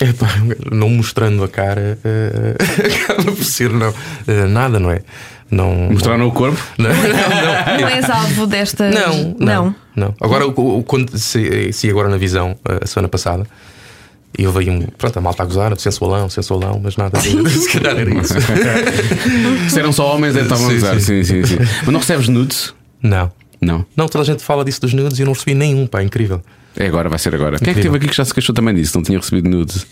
Epá, É não mostrando a cara, eh, acaba por ser não, eh, nada, não é? Não, Mostraram o corpo. Não, não, Não és alvo desta. não, não, não, não. Agora, o- o- quando, se, se agora na visão, eh, a semana passada, eu veio um. Pronto, a malta a gozar, sensualão, sensualão, mas nada. Se calhar era isso. Se eram só homens, é que estavam a Sim, usar. Sim, sim. sim, sim. Mas não recebes nudes? Não. Não. Não, toda a gente fala disso dos nudes e eu não recebi nenhum, pá, incrível. É agora, vai ser agora. Quem é que Incrível. teve aqui que já se queixou também disso? Não tinha recebido nudes.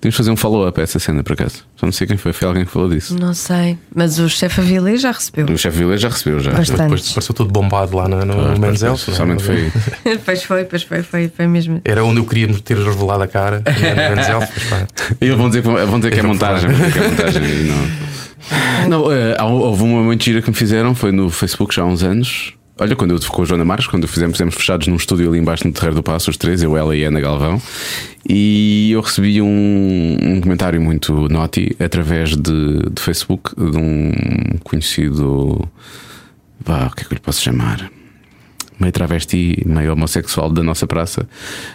Temos de fazer um follow-up a essa cena, por acaso. Só não sei quem foi. Foi alguém que falou disso. Não sei, mas o chefe Avilés já recebeu. O chefe Vila já recebeu já. Bastante. Depois pareceu todo bombado lá no, no Men's Health, não é? Somente foi. pois foi, pois foi, foi, foi mesmo. Era onde eu queria me ter revelado a cara, no Men's Health, mas pá. E vão dizer, que- vão dizer que é montagem. Vão dizer que é montagem e não. Não, eh, há- houve uma mentira que me fizeram, foi no Facebook já há uns anos. Olha, quando eu com a Joana Marques, quando fizemos, fizemos fechados num estúdio ali embaixo no Terreiro do Passo, os três, eu, ela e a Ana Galvão, e eu recebi um, um comentário muito naughty através de, de Facebook de um conhecido. Vá, o que é que eu lhe posso chamar? meio travesti, meio homossexual da nossa praça,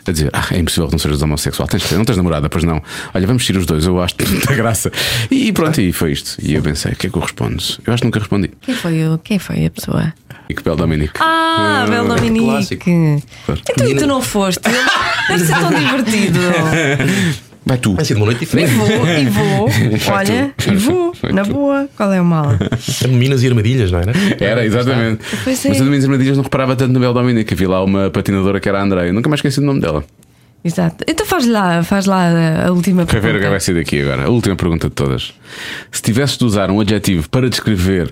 a dizer: Ah, é impossível que não sejas homossexual. Tens, não tens namorada, pois não. Olha, vamos tirar os dois, eu acho muita graça. E pronto, e foi isto. E eu pensei: O que é que eu respondo? Eu acho que nunca respondi. Quem foi, o, quem foi a pessoa? E que belo Dominique. Ah, Belo Dominique! clássico. Então e tu não foste? Deve ser tão divertido! Vai tu. Tem sido uma noite E diferente. vou, e vou, olha, e vou, na boa, qual é o mal? Minas e armadilhas, não é, né? era? Era, exatamente. Pois é. Mas a Domingos Armadilhas não reparava tanto no Belo Dominique. Havia lá uma patinadora que era a André. Eu nunca mais esqueci o nome dela. Exato. Então faz lá, faz lá a última Para ver o que vai pergunta. ser daqui agora. A última pergunta de todas. Se tivesses de usar um adjetivo para descrever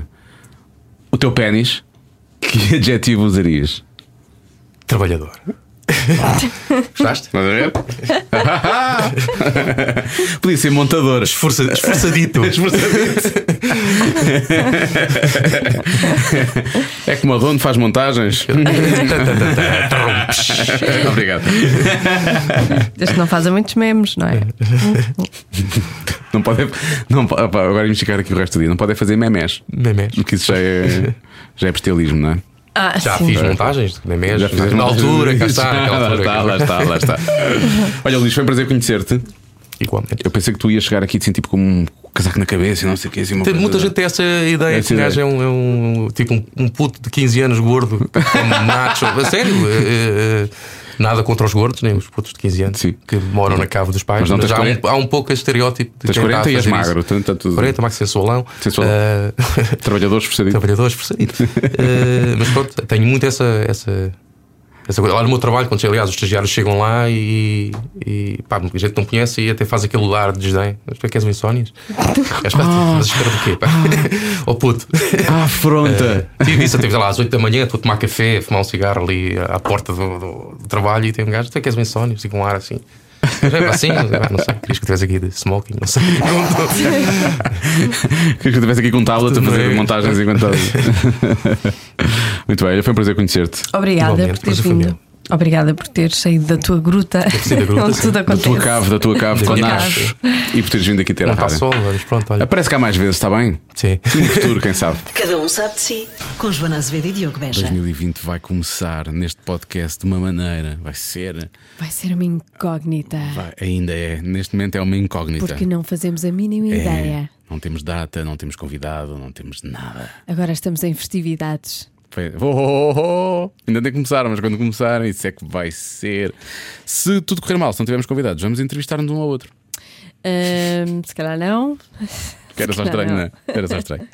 o teu pênis, que adjetivo usarias? Trabalhador. Gostaste? Estás a ver? Podia ser montador. Esforça- esforçadito. É que o Madono faz montagens. Obrigado. Desde que não fazem muitos memes, não é? Não podem. Não, po- opá, agora íamos ficar aqui o resto do dia. Não podem fazer memes. Memés. Porque isso já é. Já é bestialismo, não é? Ah, Já sim. fiz um. montagens, memés. Já fizeste É Na montagens? altura, cá está. Já, naquela Lá altura, está, lá está, lá está. Olha, Luís, foi um prazer conhecer-te. Igualmente. Eu pensei que tu ias chegar aqui assim, tipo, com um casaco na cabeça e não sei o que. Assim, uma Tem- coisa- muita gente tem essa ideia Essa que o gajo é ideia. um, é um- tipo um, um puto de 15 anos gordo, como nacho. A sério? é- é- é- eh, Nada contra os gordos, nem os putos de 15 anos Sim. que moram na cave dos pais. Mas Mas, não tens há, um, 40. há um pouco este estereótipo é de Tens quem está 40 e a és fazer magro, isso. tanto- tanto- 40, magro sensualão. Sensualão. Ah, Trabalhadores forçadinhos. trabalhadores por sair. Eh, mas pronto, tenho muito essa, essa, essa coisa. Lá no meu trabalho, quando chego, aliás, os estagiários chegam lá e, e pá, muita gente não conhece e até faz aquele lugar de desdém. Mas tu é que és um insónias? És pá, mas espera do quê? Pá? oh puto. Ah, afronta! Eh, Tive isso, até lá às 8 da manhã, estou a tomar café, a fumar um cigarro ali à porta do, do- do trabalho e tem um gajo, tu é que és um insónio, assim, com um ar assim. Mas é pá, assim, pá, não sei, querias que eu estivesse aqui de smoking, não sei. Queria que eu estivesse aqui com um tablet a fazer Também. montagens enquanto. Muito bem, olha, foi um prazer conhecer-te. Obrigada Igualmente, por teres prazer foi vindo. meu. Obrigada por teres saído da tua gruta, saído da gruta, onde sim. tudo Da Da acontece. tua cave, da tua cave, Da quando minha nasces e por teres vindo aqui ter a Não está rádio. solo, mas pronto, olha. Aparece cá mais vezes, está bem? Sim. No futuro, quem sabe? Cada um sabe de si. Com Joana Azevedo e Diogo Beja. 2020 vai começar neste podcast de uma maneira, vai ser, Vai ser uma incógnita. vai- ainda é, neste momento é uma incógnita. Porque não fazemos a mínima É, ideia. Não temos data, não temos convidado, não temos nada. Agora estamos em festividades. Foi- Oh, oh, oh, oh. Ainda nem começaram, mas quando começarem, isso é que vai ser. Se tudo correr mal, se não tivermos convidados, vamos entrevistar-nos um ao outro. Ahm, se calhar não. Que era só Se calhar estranho, não não. é? Era só estranho.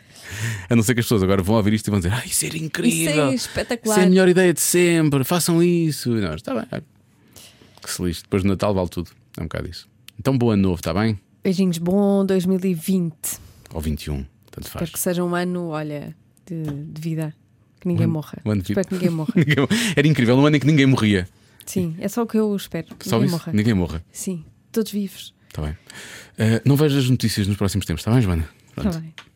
A não ser que as pessoas agora vão ouvir isto e vão dizer: Ai, isso era incrível! Isso é espetacular. Isso é a melhor ideia de sempre, façam isso. E nós, está bem. Que se lixe, depois do Natal vale tudo. É um bocado isso. Então, bom ano novo, está bem? Beijinhos, bom 2020. Ou 21, tanto faz. Espero que seja um ano, olha, de, de vida. Que ninguém morra. um ano de vida. Espero que ninguém morra. Ninguém- Era incrível, um ano em que ninguém morria. Sim, é só o que eu espero. Só ninguém isso? morra. Ninguém morra. Tá Sim, todos vivos. Está bem. Eh, não vejo as notícias nos próximos tempos, está bem, Joana? Está Tá bem.